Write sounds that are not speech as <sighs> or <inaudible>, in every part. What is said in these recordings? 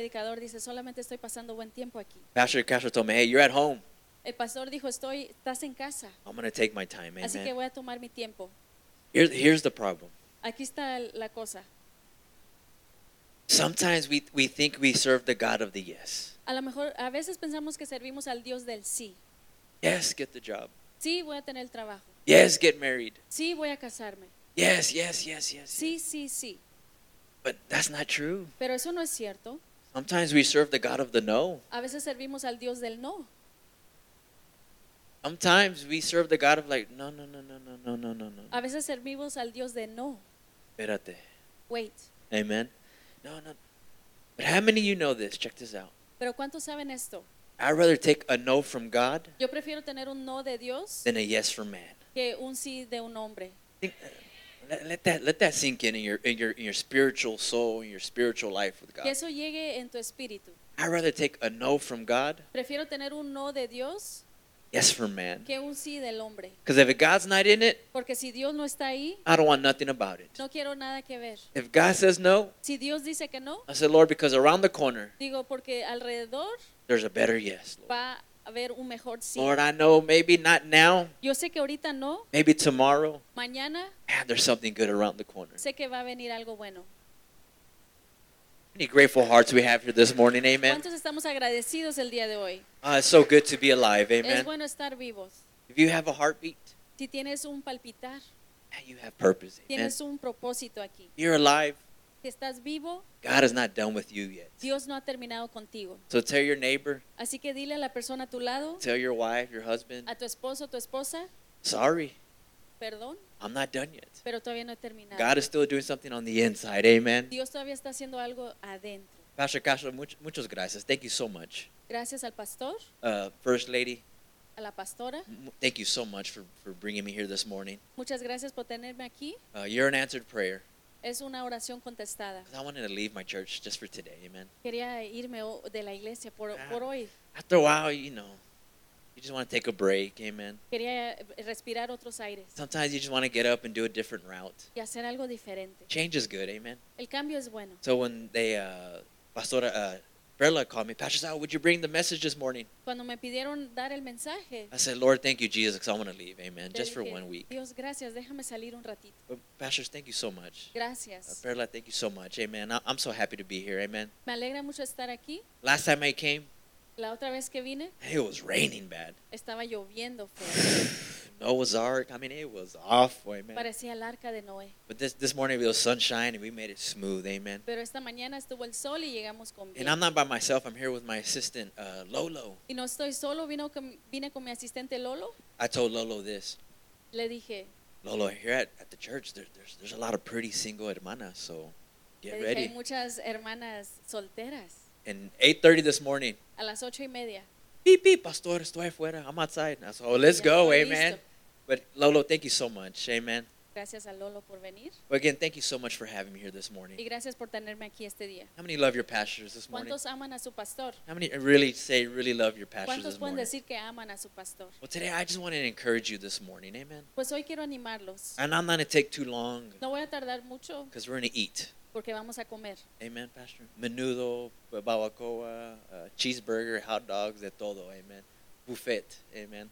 predicador dice, solamente estoy pasando buen tiempo aquí. Pastor Castro told me, hey, you're at home. El pastor dijo, estoy, estás en casa, I'm going to take my time. así que Amen. voy a tomar mi tiempo. Here- here's the problem. Aquí está la cosa. Sometimes we, we think we serve the God of the yes. A lo mejor, a veces pensamos que servimos al Dios del sí. Yes, get the job. Sí, voy a tener el trabajo. Yes, get married. Sí, voy a casarme. Yes, yes, yes, yes. Sí, sí, sí. But that's not true. Pero eso no es cierto. Sometimes we serve the God of the no. A veces servimos al Dios del no. Sometimes we serve the God of like, no, no, no, no, no, no, no, no, no. A veces servimos al Dios de no. Espérate. Wait. Amen. No, no. But how many of you know this? Check this out. Pero ¿cuántos saben esto? I'd rather take a no from God Yo prefiero tener un no de Dios than a yes from man. que un sí de un hombre. Think- uh, Let, let that let that sink in in your in your in your spiritual soul, in your spiritual life with Que God. eso llegue en tu espíritu. I'd rather take a no from God, Prefiero tener un no de Dios yes from man. que un sí del hombre. Because if God's not in it, Porque si Dios no está ahí, I don't want nothing about it. no quiero nada que ver. If God says no, Si Dios dice que no, I said, Lord, because around the corner digo porque alrededor there's a better yes. Lord, va a haber un mejor sí. Lord I know maybe not now, Yo sé que ahorita no, maybe tomorrow. mañana Man, there's something good around the corner. sé que va a venir algo bueno. Many grateful hearts we have here this morning, amen. ¿Cuántos estamos agradecidos el día de hoy? Uh, it's so good to be alive, Es amen. bueno estar vivos. If you have a heartbeat, Si tienes un palpitar, man, you have purpose, amen. tienes un propósito aquí. You're alive. Si estás vivo, God is not done with you yet. Dios no ha terminado contigo. So tell your neighbor, Así que dile a la persona a tu lado, tell your wife, your husband, a tu esposo, tu esposa, sorry, perdón, I'm not done yet. pero todavía no he terminado. God is still doing something on the inside, amen. Dios todavía está haciendo algo adentro. Pastor Castro, much, muchas gracias. Thank you so much. Gracias al pastor, Uh, First Lady, a la pastora. m- thank you so much for, for bringing me here this morning. Muchas gracias por tenerme aquí. Uh, you're an answered prayer. Es una oración contestada. 'Cause I wanted to leave my church just for today, amen. Quería irme o- de la iglesia por, Ah. por hoy. After a while, you know, you just want to take a break, amen. Quería eh, respirar otros aires Sometimes you just want to get up and do a different route. y hacer algo diferente. Change is good, amen. El cambio es bueno. So when they, uh, Pastora uh, Perla called me, Pastor Sal, would you bring the message this morning? Cuando me pidieron dar el mensaje, I said, Lord, thank you, Jesus, because I want to leave, amen, le just for dije, one week. Dios, gracias, déjame salir un ratito. But pastors, thank you so much. Uh, Gracias. Perla, thank you so much, amen. I- I'm so happy to be here, amen. Me alegra mucho estar aquí. Last time I came, La otra vez que vine, it was raining bad. estaba lloviendo fuerte. Noah's Ark, I mean, it was awful, amen. Parecía el arca de Noé. But this, this morning, it was sunshine, and we made it smooth, amen. Pero esta mañana estuvo el sol y llegamos con And bien. I'm not by myself. I'm here with my assistant, uh, Lolo. Y no estoy solo, vino con- vine con mi asistente Lolo. I told Lolo this. Le dije, Lolo, here at, at the church, there, there's, there's a lot of pretty single hermanas, so le get dije, hay ready. muchas hermanas solteras. And 8.30 this morning, A las ocho y media. beep, beep, pastor, estoy afuera. I'm outside. I said, oh, let's Ya go, estoy amen. listo. But Lolo, thank you so much, amen. Gracias a Lolo por venir But again, thank you so much for having me here this y morning. gracias por tenerme aquí este día. How many love your pastors this morning? ¿Cuántos aman a su pastor? How many really say really love your pastors ¿Cuántos this pueden morning? decir que aman a su pastor? Well, today I just want to encourage you this morning, amen. Pues hoy quiero animarlos. And I'm not going to take too long No voy a tardar mucho because we're going to eat. porque vamos a comer. Amen, Pastor. Menudo, eh, barbacoa, uh, cheeseburger, hot dogs, de todo. Amen. Buffet. Amen.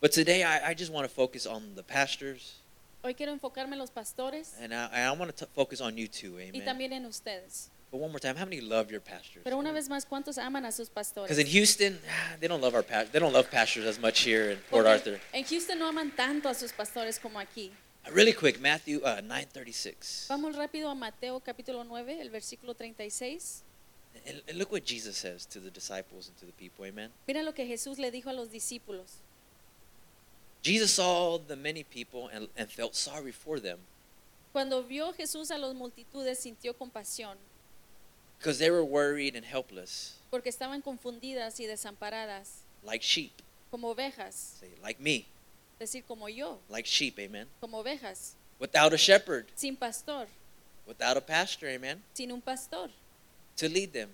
But today I, I just want to focus on the pastors Hoy quiero enfocarme en los pastores and I, and I want to focus on you too. y Amen. también en ustedes. But one more time, how many love your pastors? Pero una vez más, ¿cuántos aman a sus Because in pastores? Houston, ah, they don't love our pastors. They don't love pastors as much here in Port Arthur. Porque en Houston no aman tanto a sus pastores como aquí. Uh, Really quick, Matthew uh, 9:36. Vamos rápido a Mateo capítulo 9, el versículo 36. And, and look what Jesus says to the disciples and to the people. Amen. Mira lo que Jesús le dijo a los discípulos. Jesus saw the many people and, and felt sorry for them Cuando vio Jesús a las multitudes, sintió compasión, because they were worried and helpless. porque estaban confundidas y desamparadas, like sheep. como ovejas, Say, like me, es decir, como yo, like sheep, amen. como ovejas, Without a shepherd, sin pastor, without a pastor, amen. sin un pastor, To lead them.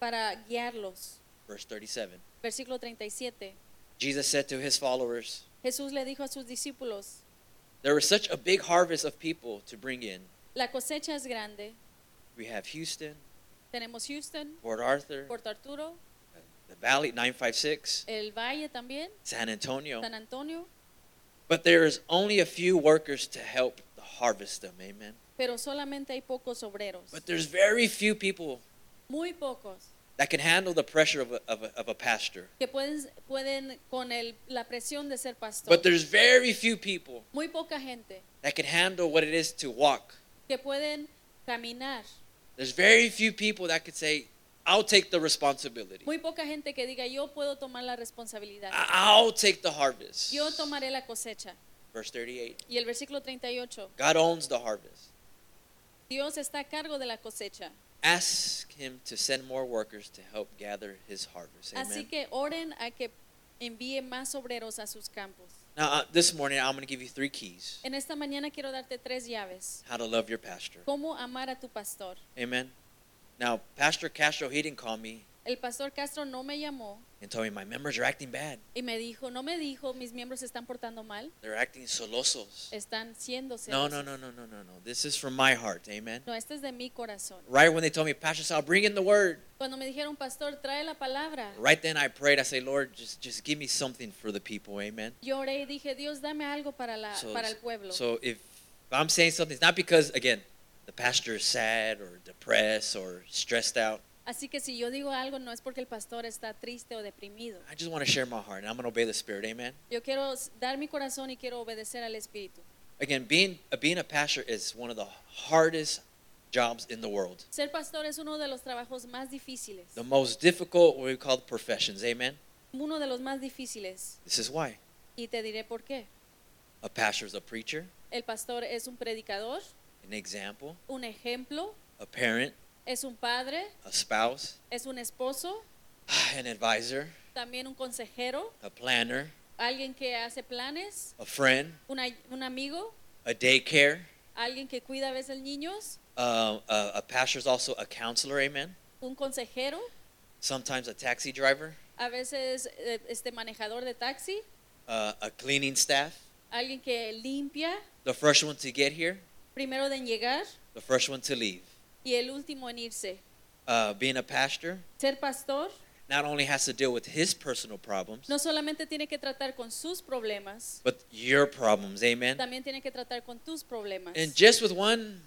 para guiarlos. Verse 37. Versículo 37. Jesus said to his followers, Jesús le dijo a sus discípulos, There was such a big harvest of people to bring in. la cosecha es grande, We have Houston, Tenemos Houston, Port Arthur, Puerto Arturo, the Valley 956, el Valle también, San Antonio. San Antonio, But there is only a few workers to help the harvest them, amen. pero solamente hay pocos obreros. But there's very few people Muy pocos that can handle the pressure of a, of a, of a pastor. que pueden, pueden con el- la presión de ser pastor. But there's very few people Muy poca gente that can handle what it is to walk. que pueden caminar. There's very few people that could say, I'll take the responsibility. Muy poca gente que diga, yo puedo tomar la responsabilidad. I- I'll take the harvest. Yo tomaré la cosecha. Verse 38. Y el versículo 38, God owns the harvest. Dios está a cargo de la cosecha. Ask him to send more workers to help gather his harvest. Amen. Así que oren a que envíe más obreros a sus campos. Now, uh, this morning, I'm going to give you three keys En esta mañana quiero darte tres llaves. how to love your pastor. Cómo amar a tu pastor. Amen. Now, Pastor Castro, he didn't call me El pastor Castro no me llamó and told me my members are acting bad. y me dijo, no me dijo, mis miembros se están portando mal, They're acting solosos. están siendo No, celosos. no, no, no, no, no, no. This is from my heart. Amen. No, este es de mi corazón. Right when they told me, Pastor Sal, bring in the word. Cuando me dijeron, pastor, trae la palabra, Right then I prayed. I say, Lord, just, just give me something for the people. Amen. yo oré y dije, Dios, dame algo para, la, So, para el pueblo. so if, if I'm saying something, it's not because, again, the pastor is sad or depressed or stressed out. Así que si yo digo algo, no es porque el pastor está triste o deprimido. I just want to share my heart and I'm going to obey the Spirit. Amen. Yo quiero s- dar mi corazón y quiero obedecer al Espíritu. Again, being, uh, being a pastor is one of the hardest jobs in the world. Ser pastor es uno de los trabajos más difíciles, The most difficult, what we call professions. Amen. uno de los más difíciles. This is why. Y te diré por qué. A pastor is a preacher, El pastor es un predicador, an example, un ejemplo, a parent, es un padre, a spouse, <sighs> es un esposo, an advisor, también un consejero, a planner, alguien que hace planes, a friend, una- un amigo, a daycare. alguien que cuida a veces niños, Uh, a, a pastor is also a counselor. Amen. un consejero, Sometimes a taxi driver, a veces eh, este manejador de taxi, uh, a cleaning staff, alguien que limpia, the first one to get here, primero de en llegar the first one to leave. y el último en irse. Uh, being a pastor Ser pastor not only has to deal with his personal problems, no solamente tiene que tratar con sus problemas, but your problems. Amen. también tiene que tratar con tus problemas. And just with one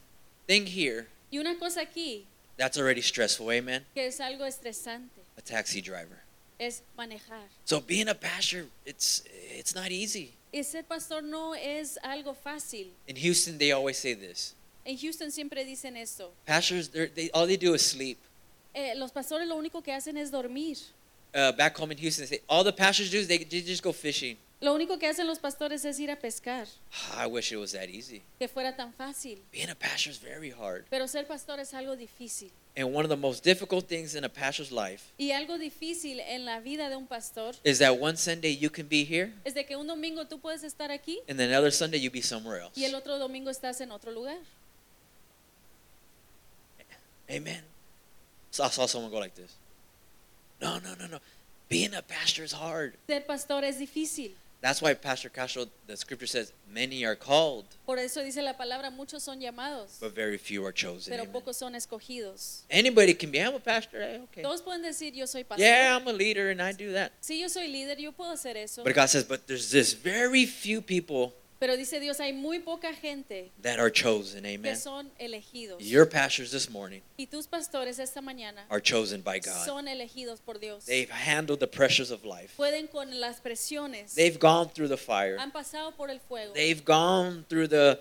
thing here, Y una cosa aquí that's already stressful. Amen. que es algo estresante A taxi driver. es manejar. So being a pastor, it's it's not easy. Y ser pastor no es algo fácil. In Houston, they always say this: En Houston siempre dicen esto. pastors, they're- they all they do is sleep. Eh, los pastores lo único que hacen es dormir. Uh, back home in Houston, they say all the pastors do is they, they just go fishing. <sighs> Lo único que hacen los pastores es ir a pescar, I wish it was that easy. que fuera tan fácil. Being a pastor is very hard, Pero ser pastor es algo difícil. and one of the most difficult things in a pastor's life Y algo difícil en la vida de un pastor is that one Sunday you can be here, es de que un domingo tú puedes estar aquí and then another Sunday you be somewhere else. y el otro domingo estás en otro lugar. Amen. So I saw someone go like this. No, no, no, no. Being a pastor is hard. Ser pastor es difícil. That's why Pastor Castro, the scripture says, many are called, Por eso dice la palabra, muchos son llamados, but very few are chosen. pero Amen. pocos son escogidos. Anybody can be. I'm a pastor. eh, Okay. Todos pueden decir, yo soy pastor. Yeah, I'm a leader and I do that. Sí, yo soy líder, yo puedo hacer eso. But God says, but there's this very few people Pero dice Dios, hay muy poca gente that are chosen. que Amen. son elegidos. Your pastors this morning Y tus pastores esta mañana are chosen by God. son elegidos por Dios. They've handled the pressures of life. Pueden con las presiones. They've gone through the fire. Han pasado por el fuego. They've gone through the,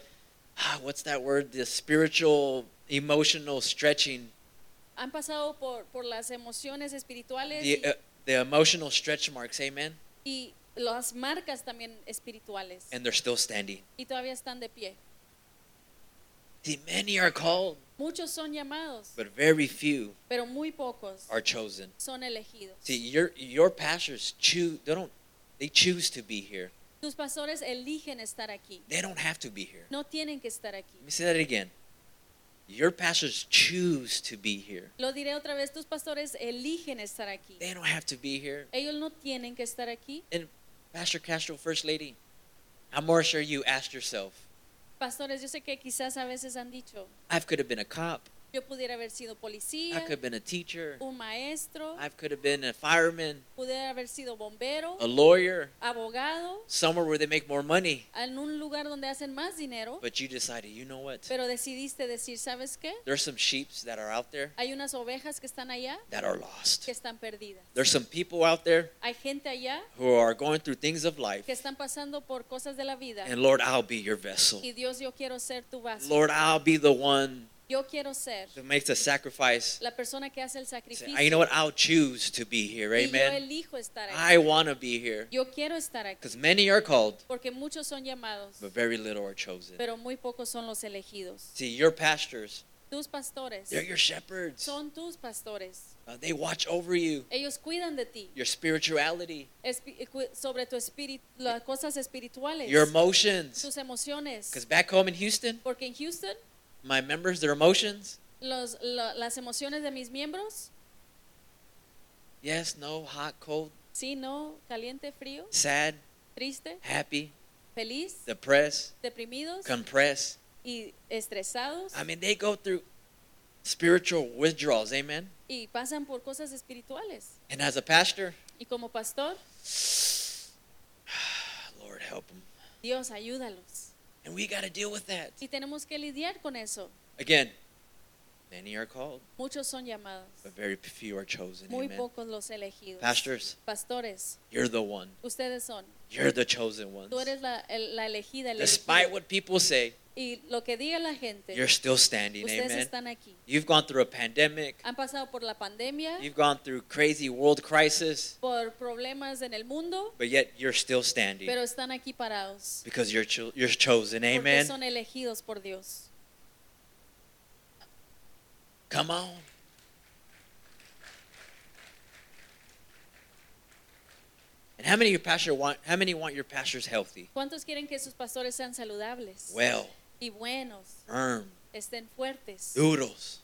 ah, what's that word? The spiritual, emotional stretching. Han pasado por, por las emociones espirituales The, uh, the emotional stretch marks. Amen. y, y las marcas también espirituales. And they're still standing. Y todavía están de pie. See, many are called, Muchos son llamados, but very few pero muy pocos are chosen. son elegidos. See, your your pastors choose. They don't. They choose to be here. Tus pastores eligen estar aquí. They don't have to be here. No tienen que estar aquí. Let me say that again. Your pastors choose to be here. Lo diré otra vez, tus pastores eligen estar aquí. They don't have to be here. Ellos no tienen que estar aquí. And Pastor Castro, First Lady, I'm more sure you asked yourself, Pastores, yo sé que quizás a veces han dicho, I could have been a cop. Yo pudiera haber sido I policía, could have been a teacher. un maestro, I could have been a fireman, pudiera haber sido bombero, a lawyer, abogado, somewhere where they make more money. en un lugar donde hacen más dinero, But you decided, you know what? pero decidiste decir, ¿sabes qué? There's some sheeps that are out there Hay unas ovejas que están allá that are lost. que están perdidas. There's some people out there Hay gente allá who are going through things of life. que están pasando por cosas de la vida. And Lord, I'll be your vessel. Y Dios, yo quiero ser tu vaso. Lord, I'll be the one Yo quiero ser that makes a sacrifice. la persona que hace el Say, "Ah, you sacrificio. know what? I'll choose to be here. Y yo Amen. elijo estar aquí. I want to be here. Yo quiero estar aquí. Because many are called, Porque muchos son llamados, but very little are chosen. pero muy pocos son los elegidos. See, your pastors, Tus pastores they're your shepherds. son tus pastores. Uh, they watch over you, Ellos cuidan de ti, your spirituality, espi- eh, cu- sobre tu espíritu, las cosas espirituales, your emotions. tus emociones. Because back home in Houston, Porque en Houston, my members, their emotions, los, la- las emociones de mis miembros, yes, no, hot, cold, sí, no, caliente, frío, sad, triste, happy, feliz, depressed, deprimidos compressed. y estresados I mean, they go through spiritual withdrawals. Amen. y pasan por cosas espirituales. And as a pastor, <sighs> Y como pastor, Lord help them. Dios ayúdalos. And we got to deal with that. Y tenemos que lidiar con eso. Again, many are called, Muchos son llamados, but very few are chosen. muy Amen. pocos los elegidos. Pastors, Pastores, you're the one. ustedes son. You're the chosen ones. Tú eres la, el- la elegida, el Despite elegido. what people say, Y lo que diga la gente, you're still standing. ustedes Amen. están aquí. You've gone through a pandemic. Han pasado por la pandemia, You've gone through crazy world crisis, por problemas en el mundo, but yet you're still standing pero están aquí parados. because you're cho- you're chosen. Porque Amen. son elegidos por Dios. Come on. And how many of your pastor want how many want your pastors healthy? ¿Cuántos quieren que sus pastores sean saludables Well, y buenos, firm, estén fuertes, duros,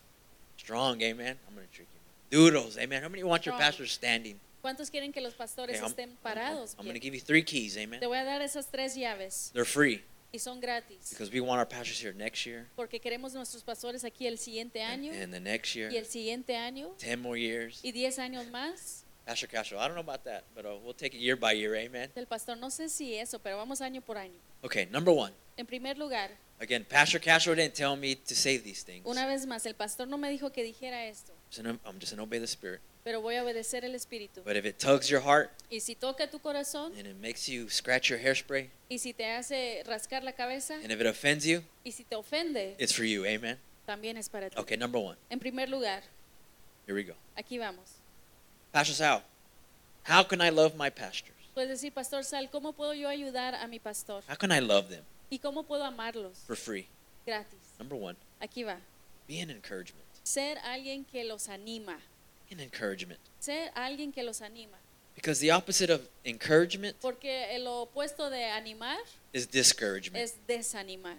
strong, amen. I'm gonna trick you. Duros, amen. How many want your Strong. pastors standing? ¿Cuántos quieren que los pastores Okay, I'm, estén I'm- I'm- parados? I'm gonna bien? give you three keys, amen. Te voy a dar esas tres llaves They're free y son gratis because we want our pastors here next year porque queremos nuestros pastores aquí el siguiente and, año and the next year, y el siguiente año ten more years. y 10 años más. Pastor Castro, I don't know about that, but uh, we'll take it year by year, amen. El pastor, no sé si eso, pero vamos año por año. Okay, number one. En primer lugar, Again, Pastor Castro didn't tell me to say these things. una vez más, el pastor no me dijo que dijera esto, So no- I'm just gonna obey the Spirit. pero voy a obedecer el Espíritu. But if it tugs your heart Y si toca tu corazón and it makes you scratch your hairspray y si te hace rascar la cabeza and if it offends you, y si te ofende, it's for you. Amen. también es para ti. Okay, number one. En primer lugar, Here we go. aquí vamos. Pastor Sal, how can I love my pastors? Puedes decir, Pastor Sal, ¿cómo puedo yo ayudar a mi pastor? How can I love them ¿Y cómo puedo amarlos? for free? Gratis. Number one, Aquí va. be an encouragement. Ser alguien que los anima. Be an encouragement. Ser alguien que los anima. Because the opposite of encouragement Porque el opuesto de animar is discouragement. es desanimar.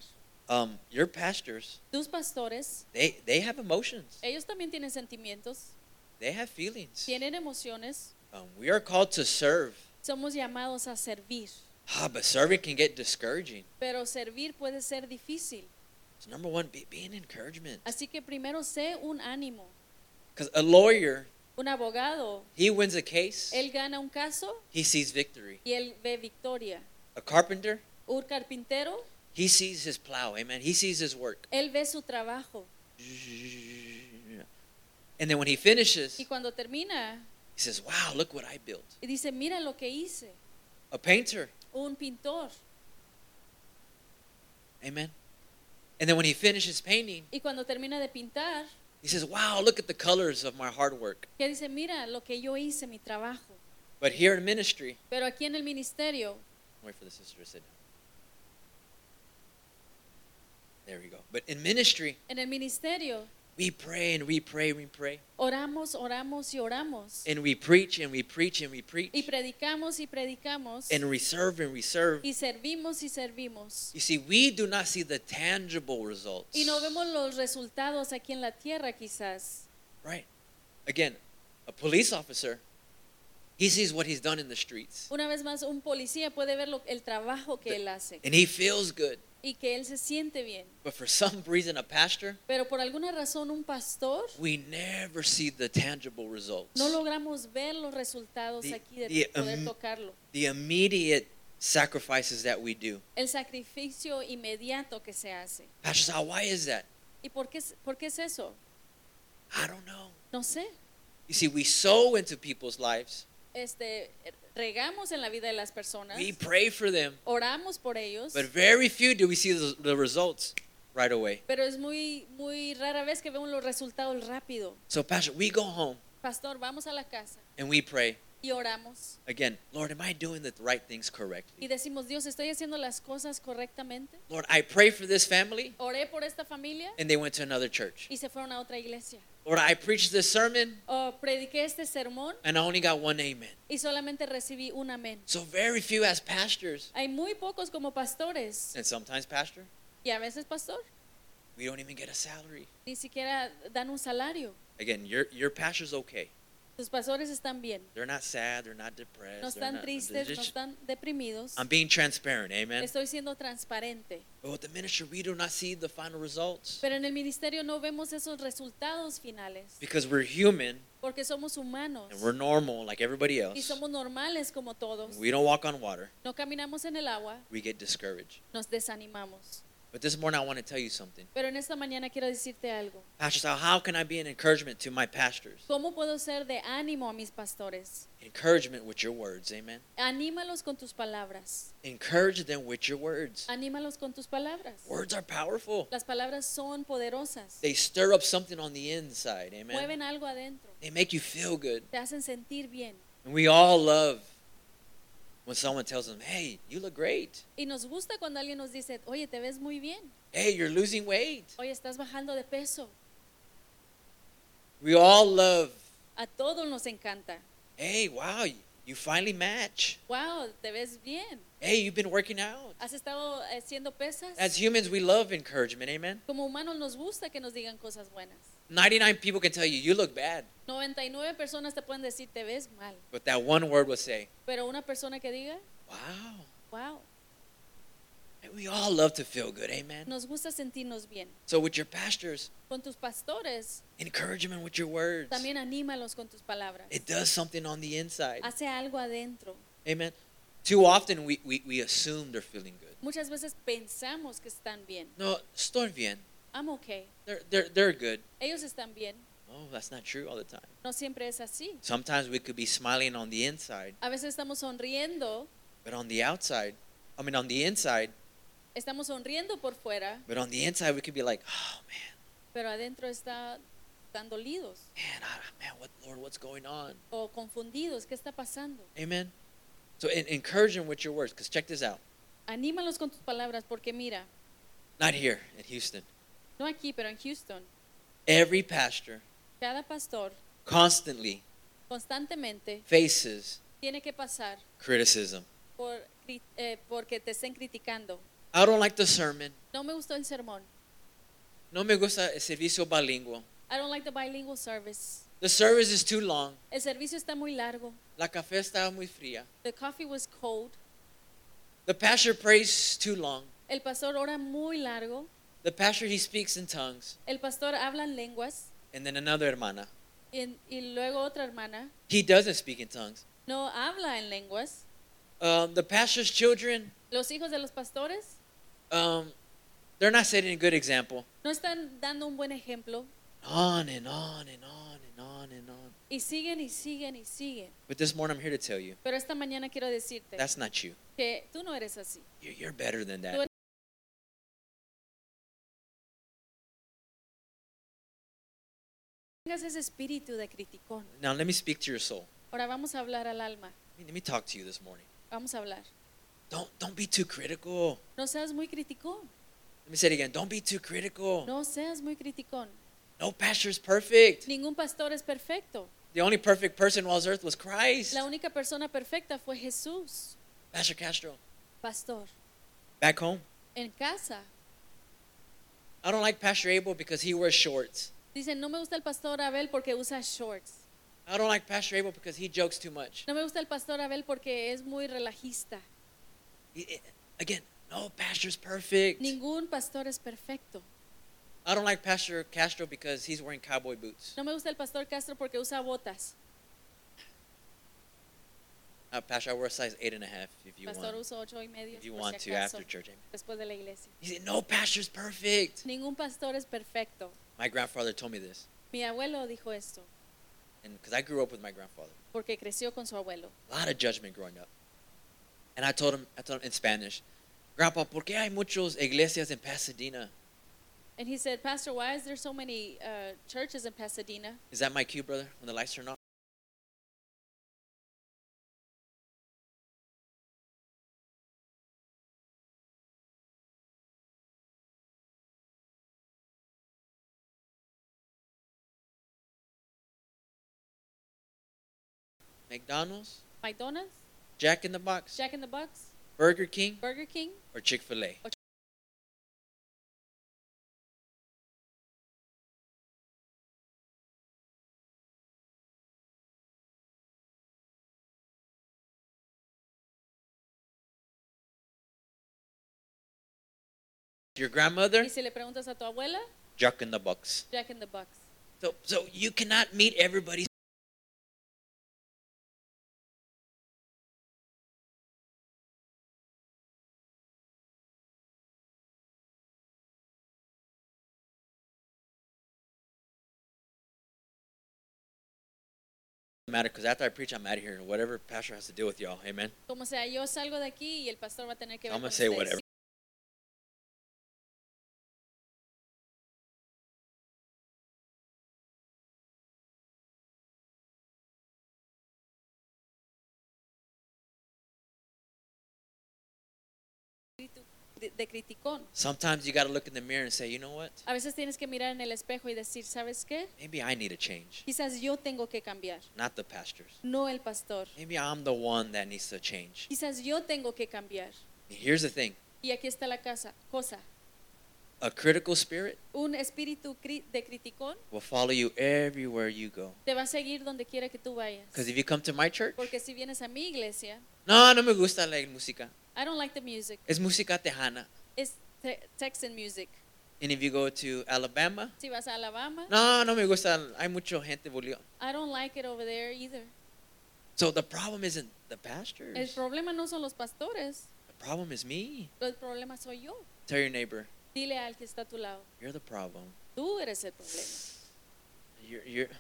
Um, your pastors, Tus pastores, they, they have emotions. ellos también tienen sentimientos, They have feelings. tienen emociones. Um, we are called to serve. Somos llamados a servir. Ah, but serving can get discouraging. Pero servir puede ser difícil. So number one, be, be an encouragement. Así que primero sé un ánimo. Because a lawyer, Un abogado, he wins a case, él gana un caso he sees victory. y él ve victoria. A carpenter, Un carpintero, he sees his plow, amen. He sees his work. él ve su trabajo. And then when he finishes, Y he cuando termina, says, Wow, look what I built. y dice, mira lo que hice. A painter, Un pintor. amen. And then when he finishes painting, Y cuando termina de pintar, he says, Wow, look at the colors of my hard work. que dice, mira lo que yo hice, mi trabajo. But here in ministry, Pero aquí en el ministerio, wait for the sister to sit down. There we go. But in ministry, en el ministerio, we pray and we pray and we pray. oramos, oramos y oramos. And we preach and we preach and we preach. Y predicamos y predicamos. and we serve and we serve. Y servimos y servimos. You see, we do not see the tangible results. Y no vemos los resultados aquí en la tierra quizás. Right. Again, a police officer, He sees what he's done in the streets. Una vez más, un policía puede ver lo- el trabajo que él hace And he feels good. y que él se siente bien. But for some reason, a pastor, Pero por alguna razón, un pastor we never see the tangible results. no logramos ver los resultados The- aquí de the, poder um, tocarlo. The immediate sacrifices that we do. El sacrificio inmediato que se hace. Pastor Sal, why is that? ¿Y por qué, es- por qué es eso? I don't know. No sé. You see, we sow into people's lives. Este, regamos en la vida de las personas, We pray for them. oramos por ellos, But very few do we see the, the results right away. pero es muy, muy rara vez que vemos los resultados rápido. So, Pastor, we go home Pastor, vamos a la casa and we pray y oramos again, Lord, am I doing the right things correctly? y decimos, Dios, ¿estoy haciendo las cosas correctamente? Lord, I pray for this family Oré por esta familia and they went to another church. y se fueron a otra iglesia. Lord, I preached this sermon O prediqué este sermón and I only got one amen. y solamente recibí un amén. So, very few as pastors, Hay muy pocos como pastores and sometimes, Pastor, y a veces pastor we don't even get a salary. ni siquiera dan un salario. Again, your, your pastor's okay. Sus pastores están bien, They're not sad, they're not depressed. no they're están not- tristes, they're no just- están deprimidos. I'm being transparent, amen. Estoy siendo transparente. But with the ministry, we do not see the final results Pero en el ministerio no vemos esos resultados finales, because we're human porque somos humanos and we're normal like everybody y else. somos normales como todos. We don't walk on water, No caminamos en el agua, we get discouraged. nos desanimamos. But this morning, I want to tell you something. Pero en esta mañana quiero decirte algo. Pastor Sal, how can I be an encouragement to my pastors? ¿Cómo puedo ser de ánimo a mis pastores? Encouragement with your words, amen. Anímalos con tus palabras. Encourage them with your words. Anímalos con tus palabras. Words are powerful. Las palabras son poderosas. They stir up something on the inside, amen. Mueven algo adentro. They make you feel good. Te hacen sentir bien. And we all love when someone tells them, hey, you look great. Y nos gusta cuando alguien nos dice, oye, te ves muy bien. Hey, you're losing weight. Oye, estás bajando de peso. We all love, A todos nos encanta. hey, wow, you finally match. Wow, te ves bien. Hey, you've been working out. ¿Has estado haciendo pesas? As humans, we love encouragement, amen. Como humanos nos gusta que nos digan cosas buenas. 99 people can tell you, you look bad. 99 personas te pueden decir, te ves mal. But that one word will say, Pero una persona que diga, wow. wow, And we all love to feel good, amen. nos gusta sentirnos bien. So with your pastors, Con tus pastores, encouragement with your words. también anímalos con tus palabras. It does something on the inside. Hace algo adentro. Amen. Too often we, we, we assume they're feeling good. Muchas veces pensamos que están bien. No, estoy bien. I'm okay. They're, they're, they're good. Ellos están bien. Oh, that's not true all the time. No siempre es así. Sometimes we could be smiling on the inside, A veces estamos sonriendo, but on the outside, I mean, on the inside, estamos sonriendo por fuera, but on the inside, we could be like, oh, man, pero adentro está, están dolidos man, I, man, what, Lord, what's going on? o confundidos. ¿Qué está pasando? Amen. So en- encourage them with your words, because check this out. Anímalos con tus palabras, porque mira, Not here in Houston. no aquí, pero en Houston, Every pastor cada pastor constantly constantemente faces tiene que pasar criticism. por, cri- eh, porque te estén criticando. I don't like the sermon. No me gustó el sermón. No me gusta el servicio bilingüe. I don't like the bilingual service. The service is too long. El servicio está muy largo. La café está muy fría. The coffee was cold. The pastor prays too long. El pastor ora muy largo. The pastor, he speaks in tongues. El pastor habla en lenguas. And then another hermana. Y, y luego otra hermana He doesn't speak in tongues. no habla en lenguas. Um, the pastor's children, Los hijos de los pastores um, they're not setting a good example. no están dando un buen ejemplo On and on and on and on and on. y siguen y siguen y siguen. But this morning, I'm here to tell you Pero esta mañana quiero decirte that's not you. que tú no eres así. You're, you're better than Tú that. eres- Tengas ese espíritu de criticón. Now, let me speak to your soul. Ahora vamos a hablar al alma. Let me, let me talk to you this morning. Vamos a hablar. Don't, don't be too critical. No seas muy criticón. Let me say it again. Don't be too critical. No seas muy criticón. No pastor's perfect. Ningún pastor es perfecto. The only perfect person on earth was Christ. La única persona perfecta fue Jesús, Pastor Castro, pastor. back home. En casa I don't like Pastor Abel because he wears shorts. dicen, no me gusta el pastor Abel porque usa shorts. I don't like Pastor Abel because he jokes too much. No me gusta el pastor Abel porque es muy relajista. He- eh, Again, no pastor's perfect. Ningún pastor es perfecto. I don't like Pastor Castro because he's wearing cowboy boots. No me gusta el pastor Castro porque usa botas. Uh, Pastor, I wear a size eight and a half if you pastor want. usa ocho y medio. If you por want si to acaso, after church, amen. Después de la iglesia. He said, "No pastor's perfect." Ningún pastor es perfecto. My grandfather told me this, Mi abuelo dijo esto and because I grew up with my grandfather, porque creció con su abuelo. a lot of judgment growing up. And I told him, I told him in Spanish, "Grandpa, ¿por qué hay muchos iglesias en Pasadena? And he said, Pastor, why is there so many uh, churches in Pasadena? Is that my cue, brother? When the lights turn off." McDonald's, McDonald's, Jack in the Box, Jack in the Box, Burger King, Burger King. or Chick fil A? Your grandmother, Y si le preguntas a tu abuela, Jack in the Box. Jack in the Box. So, so you cannot meet everybody's. Matter because after I preach, I'm out of here, and whatever pastor has to deal with y'all, amen. Como sea, yo salgo de aquí y el pastor va a tener que I'm ver gonna con say ustedes. whatever. Espíritu De, de criticón. Sometimes you got to look in the mirror and say, you know what? A veces tienes que mirar en el espejo y decir, ¿sabes qué? Maybe I need a change, Quizás yo tengo que cambiar, not the pastors. no el pastor. Maybe I'm the one that needs to change. Quizás yo tengo que cambiar. Here's the thing: Y aquí está la casa, cosa. a critical spirit Un espíritu cri- de criticón will follow you everywhere you go. te va a seguir donde quiera que tú vayas. Because if you come to my church, Porque si vienes a mi iglesia, no, no me gusta la música. I don't like the music. Es música tejana. It's te- Texan music. And if you go to Alabama, Si vas a Alabama, no, no me gusta. Hay mucha gente bolio. I don't like it over there either. So the problem isn't the El pastors. problema no son los pastores, The problem is me. el problema soy yo. Tell your neighbor, Dile al que está a tu lado, you're the problem. tú eres el problema. You're. you're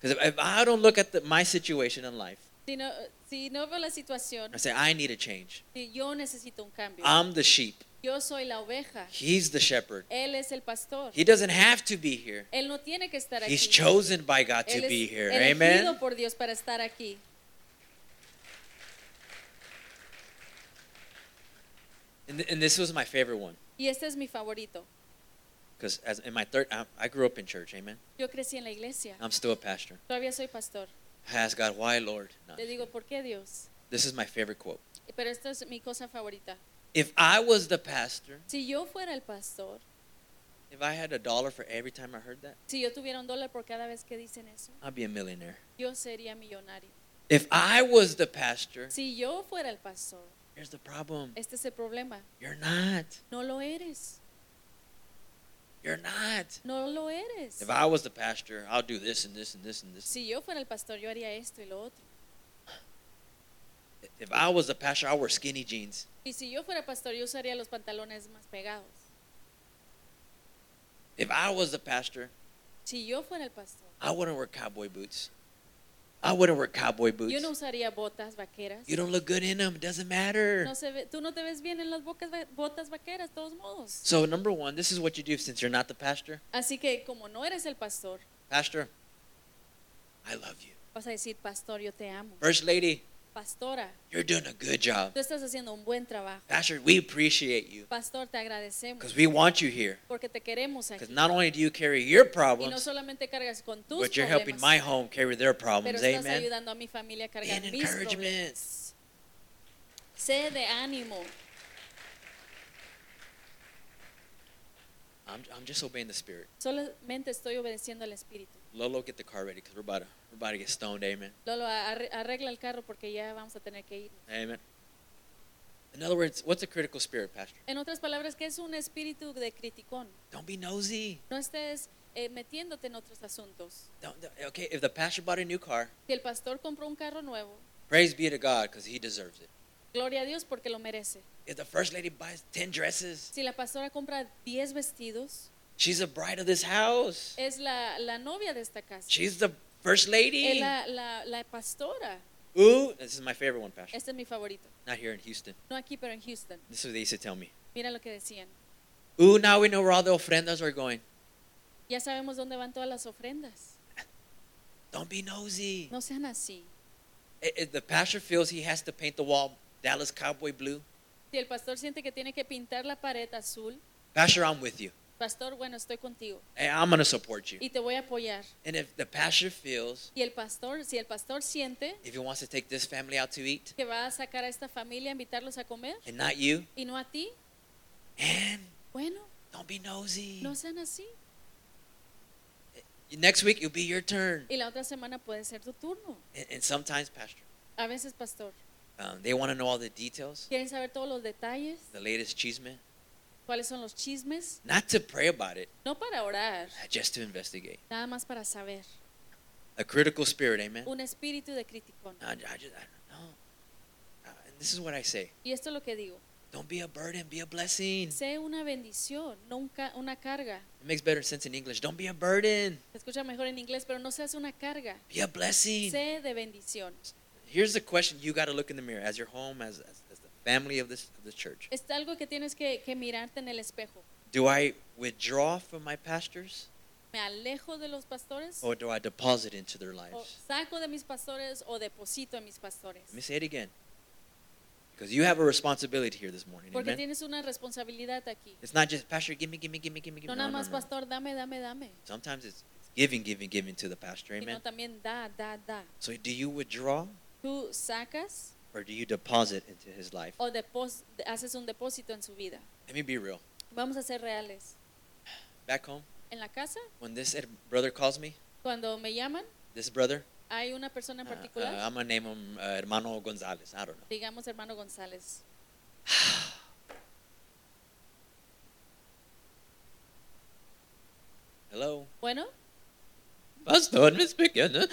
because if, if I don't look at the, my situation in life, Si no, si no veo la situación, I say I need a change. si yo necesito un cambio. I'm the sheep. Yo soy la oveja, He's the shepherd. él es el pastor. He doesn't have to be here. Él no tiene que estar aquí. He's chosen by God to Él es be here. elegido Amen. por Dios para estar aquí. And, th- and this was my favorite one Y este es mi favorito. because as in my third, I, I grew up in church. Amen. Yo crecí en la iglesia. I'm still a pastor. Todavía soy pastor. I asked God, "Why, Lord?" No. Le digo, ¿por qué Dios? This is my favorite quote. Pero esta es mi cosa favorita. If I was the pastor, Si yo fuera el pastor, if I had a dollar for every time I heard that, si yo tuviera un dólar por cada vez que dicen eso, I'd be a millionaire. yo sería millonario. If I was the pastor, Si yo fuera el pastor, here's the problem: este es el problema. you're not. No lo eres. You're not. No lo eres. If I was the pastor, I'll do this and this and this and this. Si yo fuera el pastor, yo haría esto y lo otro. If I was the pastor, I'll wear skinny jeans. Y si yo fuera pastor, yo usaría los pantalones más pegados. If I was the pastor, Si yo fuera el pastor, I wouldn't wear cowboy boots. I wouldn't wear cowboy boots. yo no usaría botas vaqueras. You don't look good in them. It doesn't matter. No se ve- tú no te ves bien en las bocas va- botas vaqueras, de todos modos. So number one, this is what you do since you're not the pastor. Así que como no eres el pastor, Pastor, I love you. vas a decir, pastor, yo te amo. First lady, Pastora, you're doing a good job. tú estás haciendo un buen trabajo. Pastor, we appreciate you Pastor, te agradecemos because we want you here. porque te queremos Because aquí. not only do you carry Y your no problems, solamente cargas con tus but you're helping my problemas, home carry their pero problems. estás Amen. ayudando a mi familia a cargar And mis problemas. encouragement. Sé de ánimo. I'm, I'm just obeying the Spirit. Solamente estoy obedeciendo al Espíritu. Lolo, get the car ready because we're about to we're about to get stoned. Amen. Lolo, arre- arregla el carro porque ya vamos a tener que ir. Amen. In other words, what's a critical spirit, Pastor? En otras palabras, que es un espíritu de criticón. Don't be nosy. No estés eh, metiéndote en otros asuntos. Don't, don't- okay, if the pastor bought a new car, Si el pastor compró un carro nuevo, praise be to God because he deserves it. gloria a Dios porque lo merece. If the first lady buys ten dresses, Si la pastora compra 10 vestidos, she's the bride of this house. es la, la novia de esta casa. She's the first Es lady. la, la, la pastora. Ooh, this is my favorite one, Pastor. Este es mi favorito. Not here in Houston. No aquí, pero en Houston. This is what they used to tell me. Mira lo que decían. Ooh, now we know where all the ofrendas are going. Ya sabemos dónde van todas las ofrendas. Don't be nosy. No sean así. I- If the pastor feels he has to paint the wall Dallas Cowboy blue, Si el pastor siente que tiene que pintar la pared azul, Pastor, I'm with you. pastor, bueno, estoy contigo Hey, I'm going to support you. y te voy a apoyar. And if the pastor feels Y el pastor, si el pastor siente if he wants to take this family out to eat que va a sacar a esta familia, invitarlos a comer and not you, y no a ti, and bueno, don't be nosy. no sean así. Next week, it'll be your turn. Y la otra semana puede ser tu turno. And, and sometimes, Pastor, A veces, pastor, um, they want to know all the details, quieren saber todos los detalles, the latest chisme. cuáles son los chismes, Not to pray about it, no para orar, just to investigate. nada más para saber. A critical spirit, amen. Un espíritu de criticón. I, I just, I don't know. Uh, and this is what I say. Y esto es lo que digo. Don't be a burden, be a blessing. Sé una bendición, no un ca- una carga. It makes better sense in English. Don't be a burden. Se escucha mejor en inglés, pero no seas una carga. Be a blessing. Sé de bendición. Here's the question you got to look in the mirror as your home, as, as, as the family of this, of this church. Es algo que tienes que, que mirarte en el espejo. Do I withdraw from my pastors ¿Me alejo de los pastores? or do I deposit into their ¿O lives? saco de mis pastores o deposito en mis pastores? Let me say it again. Because you have a responsibility here this morning. Porque Amen? tienes una responsabilidad aquí. It's not just, Pastor, give me, give me, give me, give me, give No me. nada más, pastor, dame, dame, dame. Sometimes it's, it's giving, giving, giving to the pastor. Amen. Sino también da, da, da. So do you withdraw Tú sacas or do you deposit into his life? o depos- haces un depósito en su vida. Let me be real. Vamos a ser reales. Back home, En la casa, when this ed- brother calls me, cuando me llaman, this brother, hay una persona en uh, uh, particular, I'm going to name him uh, Hermano Gonzalez. I don't know. <sighs> digamos hermano González. Hello? Bueno, Pastor, me speaking. Uh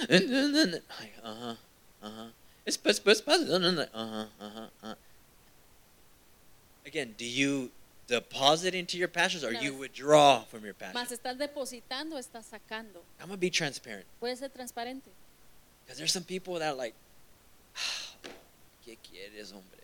huh. Uh huh. It's pas pas pas. Uh huh. Uh huh. Again, do you deposit into your pastors or No. you withdraw from your más pastors? estás depositando, estás sacando. I'm gonna be transparent Puedes ser transparente. because there's some people that are like, <sighs> ¿Qué quieres, hombre?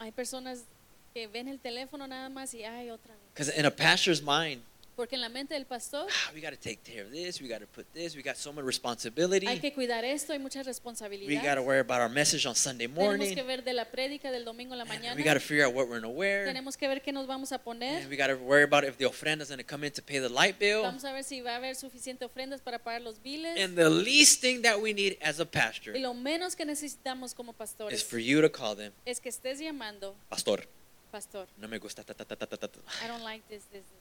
Hay personas que ven el teléfono nada más y ay, otra vez. Because in a pastor's mind, Porque en la mente del pastor "Ah, we gotta take care of this, we gotta put this, we got so much responsibility, hay que cuidar esto, hay mucha we gotta responsabilidad. worry about our message on Sunday Tenemos morning, que ver de la prédica del domingo en la and we gotta mañana. figure out what we're gonna wear. Tenemos que ver qué nos vamos a poner. And we got to worry about if the ofrenda is going to come in to pay the light bill. Vamos a ver si va a haber suficiente ofrendas para pagar los biles. And the least thing that we need as a pastor Y lo menos que necesitamos como is pastores for you to call them, es que estés llamando, Pastor, pastor, no me gusta. Ta, ta, ta, ta, ta, ta, ta." I don't like this, this, this.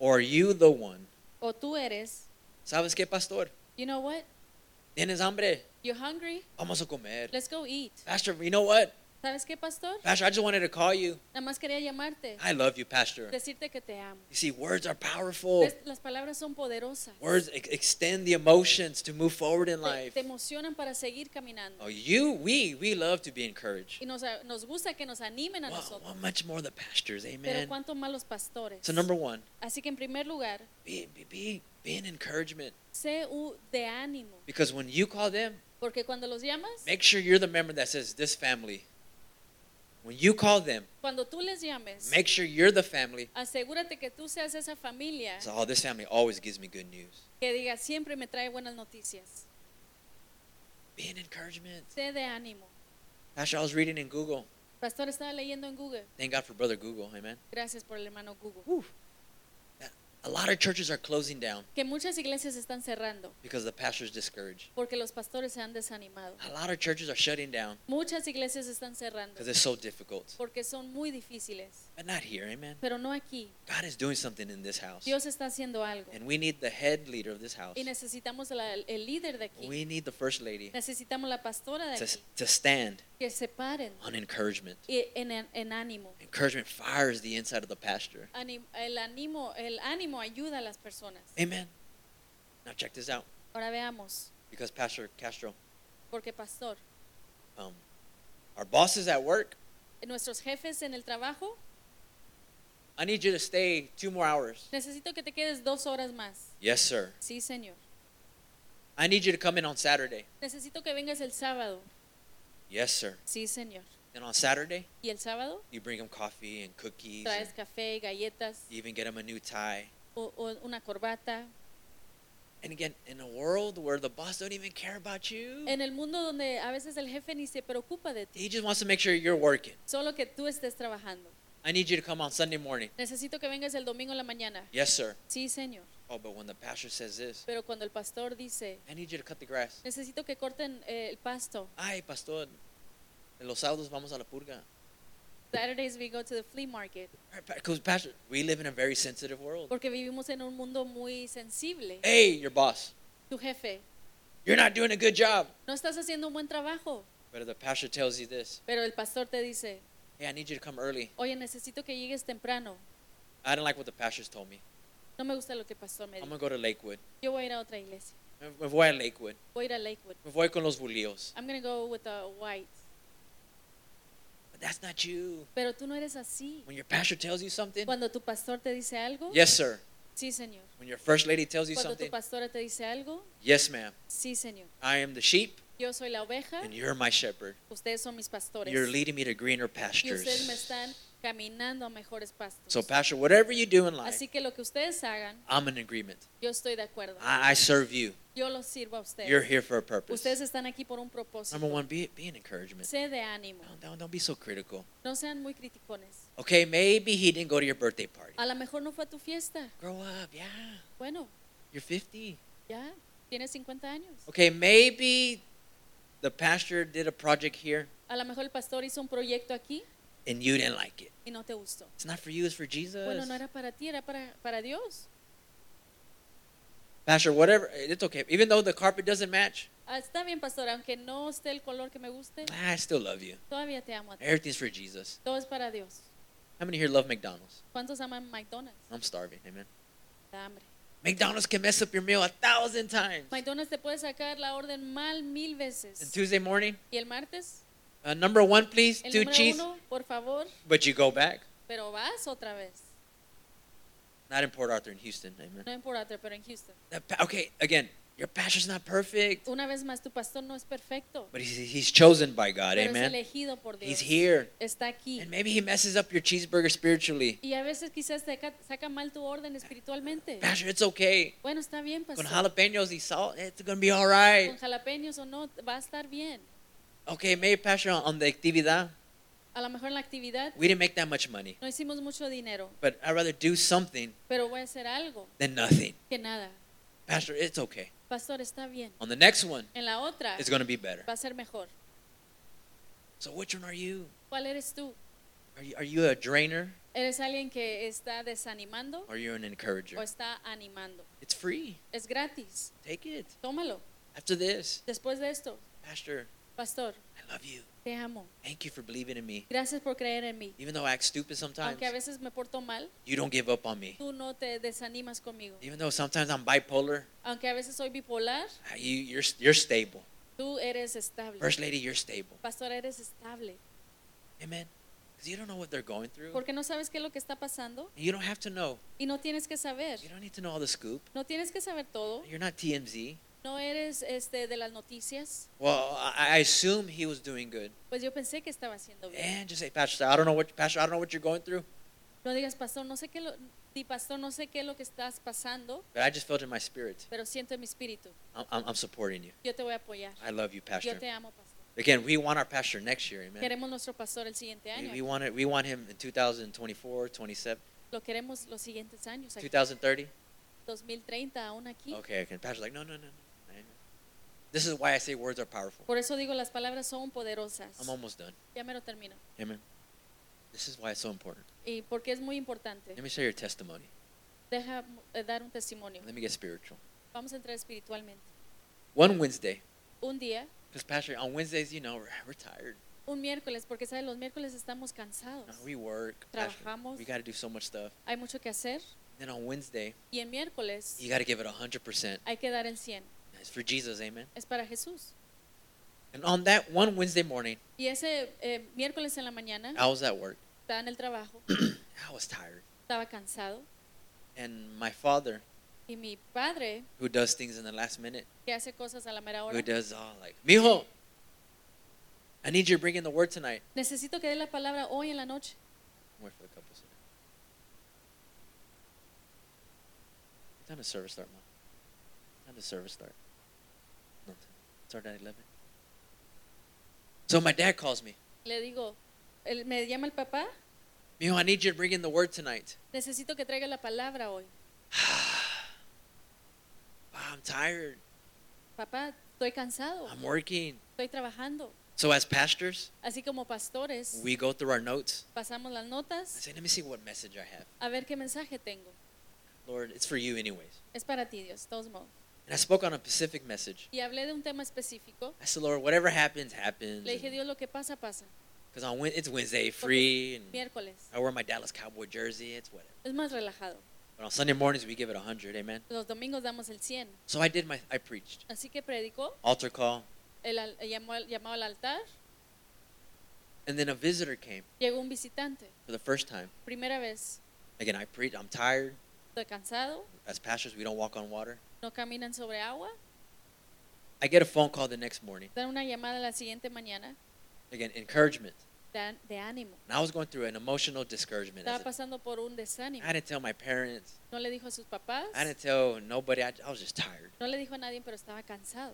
Or you the one. O tú eres, ¿Sabes qué, Pastor? you know what? ¿Tienes hambre? You're hungry? Vamos a comer. Let's go eat. Pastor, you know what? ¿Sabes qué, pastor? Pastor, I just wanted to call you. Nada más quería llamarte, I love you, Pastor. decirte que te amo. You see, words are powerful. Ves, Las palabras son poderosas. Oh. Words ex- extend the emotions to move forward in Te, life. te emocionan para seguir caminando. Oh, you, we, we love to be encouraged. Y nos, a- nos gusta que nos animen a Well, nosotros. well, much more the pastors, Pero amen. cuánto más los pastores. So number one, Así que en primer lugar, be, be, be, be an encouragement. sé u- de ánimo. Because when you call them, Porque cuando los llamas, make sure you're the member that says this family. When you call them, cuando tú les llames, make sure you're the family. asegúrate que tú seas esa familia So, oh, this family always gives me good news. que diga siempre me trae buenas noticias. Be an encouragement. Sé de ánimo. Pastor, I was reading in Google. Pastor estaba leyendo en Google. Thank God for Brother Google. Amen. Gracias por el hermano Google. A lot of churches are closing down Que muchas iglesias están cerrando because the pastor's discouraged. porque los pastores se han desanimado. A lot of churches are shutting down Muchas iglesias están cerrando because it's so difficult. porque son muy difíciles. but not here, amen. Pero no aquí. God is doing something in this house. Dios está haciendo algo. And we need the head leader of this house. Y necesitamos la- el líder de aquí. We need the first lady Necesitamos la pastora de to, aquí. to stand Que se paren on encouragement. y- en, en- en ánimo. Encouragement fires the inside of the pasture. Anim- el, ánimo, el ánimo ayuda a las personas. Amen. Now check this out. Ahora veamos. Because Pastor Castro, Porque pastor, um, our bosses at work, nuestros jefes en el trabajo, I need you to stay two more hours. necesito que te quedes dos horas más. Yes, sir. Sí, señor. I need you to come in on Saturday. Necesito que vengas el sábado. Yes, sir. Sí, señor. And on Saturday, Y el sábado you bring them coffee and cookies. and traes café, galletas you even get them a new tie. o, o una corbata. And again, in a world where the boss don't even care about you, En el mundo donde a veces el jefe ni se preocupa de ti, he just wants to make sure you're working. solo que tú estés trabajando. I need you to come on Sunday morning. Necesito que vengas el domingo en la mañana. Yes, sir. Sí, señor. Oh, but when the pastor says this, Pero cuando el pastor dice, I need you to cut the grass. necesito que corten eh, el pasto. Ay, pastor, en los sábados vamos a la purga. Saturdays we go to the flea market. Because pastor, we live in a very sensitive world. Porque vivimos en un mundo muy sensible. Hey, your boss, Tu jefe, you're not doing a good job. no estás haciendo un buen trabajo. But if the pastor tells you this, Pero el pastor te dice, hey, I need you to come early. oye, necesito que llegues temprano. I don't like what the pastor's told me. No me gusta lo que el pastor me I'm dijo. gonna go to Lakewood. Yo voy a ir a otra iglesia. Me me voy a Lakewood. Voy a ir a Lakewood. Me voy con los bulíos. I'm going to go with the whites. But that's not you. Pero tú no eres así. When your pastor tells you something, Cuando tu pastor te dice algo, yes, sir. sí, señor. When your first lady tells you Cuando tu something, pastora te dice algo, yes, ma'am. sí, señor. I am the sheep, Yo soy la oveja, and you're my shepherd. ustedes son mis pastores. You're leading me to greener Y ustedes me pastures. están caminando a mejores pastos. So, Pastor, whatever you do in life, Así que lo que ustedes hagan, I'm in agreement. yo estoy de acuerdo. I, I serve you. Yo los sirvo a You're ustedes. here for a purpose. Ustedes están aquí por un propósito. Number one, be, be an encouragement. Sé de ánimo. Don't, don't, don't be so critical. No sean muy criticones. Okay, maybe he didn't go to your birthday party. A lo mejor no fue a tu fiesta. Grow up, yeah. Bueno, You're 50. ya, tienes 50 años. Okay, maybe the pastor did a project here A lo mejor el pastor hizo un proyecto aquí and you didn't like it. y no te gustó. It's not for you, it's for Jesus. Bueno, no era para ti, era para, para Dios. Pastor, whatever, it's okay. Even though the carpet doesn't match, Ah, está bien, pastor, aunque no esté el color que me guste, I still love you. todavía te amo a ti. Everything's for Jesus. Todo es para Dios. How many here love McDonald's? ¿Cuántos aman McDonald's? I'm starving. Amen. Da hambre. McDonald's can mess up your meal a thousand times. McDonald's te puede sacar la orden mal mil And veces. Tuesday morning, Y el martes, uh, number one, please, el two número cheese. uno, por favor, But you go back. pero vas otra vez. Not in Port Arthur in Houston. Amen. No en Port Arthur, pero en Houston. The pa- Okay, again, your pastor's not perfect, Una vez más, tu pastor no es perfecto, but he's, he's chosen by God. pero es Amen. elegido por Dios. He's here. Está aquí. And maybe he messes up your cheeseburger spiritually. Y a veces quizás te ca- saca mal tu orden espiritualmente. Pastor, it's okay. Bueno, está bien, Con pastor. jalapenos y salt, it's going to be all right. Con jalapeños o no, va a estar bien. Okay, maybe Pastor, on, on the actividad, A lo mejor en la actividad we didn't make that much money. no hicimos mucho dinero, But I'd rather do something pero voy a hacer algo than nothing. que nada. Pastor, it's okay. Pastor, está bien. On the next one, En la otra it's going to be better. va a ser mejor. So which one are you? ¿Cuál eres tú? Are you, are you a drainer? ¿Eres alguien que está desanimando Or are you an encourager? o está animando? It's free. Es gratis. Take it. Tómalo. After this, Después de esto, Pastor, pastor, I love you. te amo. Thank you for believing in me. Gracias por creer en mí. Even though I act stupid sometimes, Aunque a veces me porto mal, you don't give up on me. tú no te desanimas conmigo. Even though sometimes I'm bipolar, Aunque a veces soy bipolar, uh, you, you're, you're stable. tú eres estable. First Lady, you're stable. Pastor, eres estable. Amen. Because you don't know what they're going through. Porque no sabes qué es lo que está pasando You don't have to know. y no tienes que saber. You don't need to know all the scoop. No tienes que saber todo. You're not TMZ. No eres este de las noticias. Well, I I assume he was doing good. Pues yo pensé que estaba haciendo bien. And just say, Pastor, I don't know what, Pastor, I don't know what you're going through, No digas, pastor, no sé qué lo, di, pastor, no sé qué es lo que estás pasando, but I just felt in my spirit. pero siento en mi espíritu. I'm, I'm, I'm supporting you. Yo te voy a apoyar. I love you, Pastor. Yo te amo, pastor. Again, we want our pastor next year, amen. Queremos nuestro pastor el siguiente We, año. we want it. We want him in 2024, 27, Lo queremos los siguientes años, aquí, 2030. 2030 aún aquí. Okay, okay. Pastor's like, no, no, no, no. Amen. This is why I say words are powerful. Por eso digo, las palabras son poderosas. I'm almost done. Ya me lo termino. Amen. This is why it's so important. y porque es muy importante. Let me share your testimony. Deja eh, dar un testimonio. Let me get spiritual. Vamos a entrar espiritualmente. One Wednesday, Un día, because Pastor, on Wednesdays, you know, we're, we're tired. un miércoles, porque sabes, los miércoles estamos You know, cansados. we work. Pastor, Trabajamos. we got to do so much stuff. Hay mucho que hacer Then on Wednesday, y en miércoles you got to give it 100%. hay que dar el 100. It's for Jesus, amen. Es para Jesús. And on that one Wednesday morning, Y ese eh, miércoles en la mañana I was at work. <clears throat> estaba en el trabajo, I was tired. estaba cansado And my father, y mi padre, who does things in the last minute, que hace cosas a la mera who hora, does all like, Mijo, I need you to bring in the word tonight. necesito que dé la palabra hoy en la noche. Wait for the couple seconds. What time does service start, Mom? What time does service start? Nothing. Start at 11. So my dad calls me. Le digo, él- me llama el papá, Mijo, I need you to bring in the word tonight. necesito que traiga la palabra hoy. <sighs> "Ah, I'm tired. Papá, estoy cansado, I'm working. estoy trabajando. So as pastors, Así como pastores, we go through our notes. pasamos las I notas say, let me see what message I have. a ver qué mensaje tengo. Lord, it's for you anyways. Es para ti, Dios, de todos modos. And I spoke on a specific message. Y hablé de un tema específico. I said, Lord, whatever happens, happens. Le dije, Dios, lo que pasa, pasa. Because on Wed- it's Wednesday, free, and Miércoles. I wear my Dallas Cowboy jersey. It's whatever. Es más relajado. But on Sunday mornings, we give it 100. Amen. Los domingos damos el 100. So I did my, I preached. Así que predicó, Altar call. el, al- llamó, al- llamado al altar, And then a visitor came llegó un visitante. for the first time. Primera vez, Again, I preached. I'm tired. estoy cansado, As pastors, we don't walk on water. no caminan sobre agua. I get a phone call the next morning. Dan una llamada la siguiente mañana Again, encouragement. dan- de ánimo. And I was going through an emotional discouragement. Estaba As a, pasando por un desánimo. I didn't tell my parents. No le dijo a sus papás, I didn't tell nobody. I, I was just tired. no le dijo a nadie, pero estaba cansado.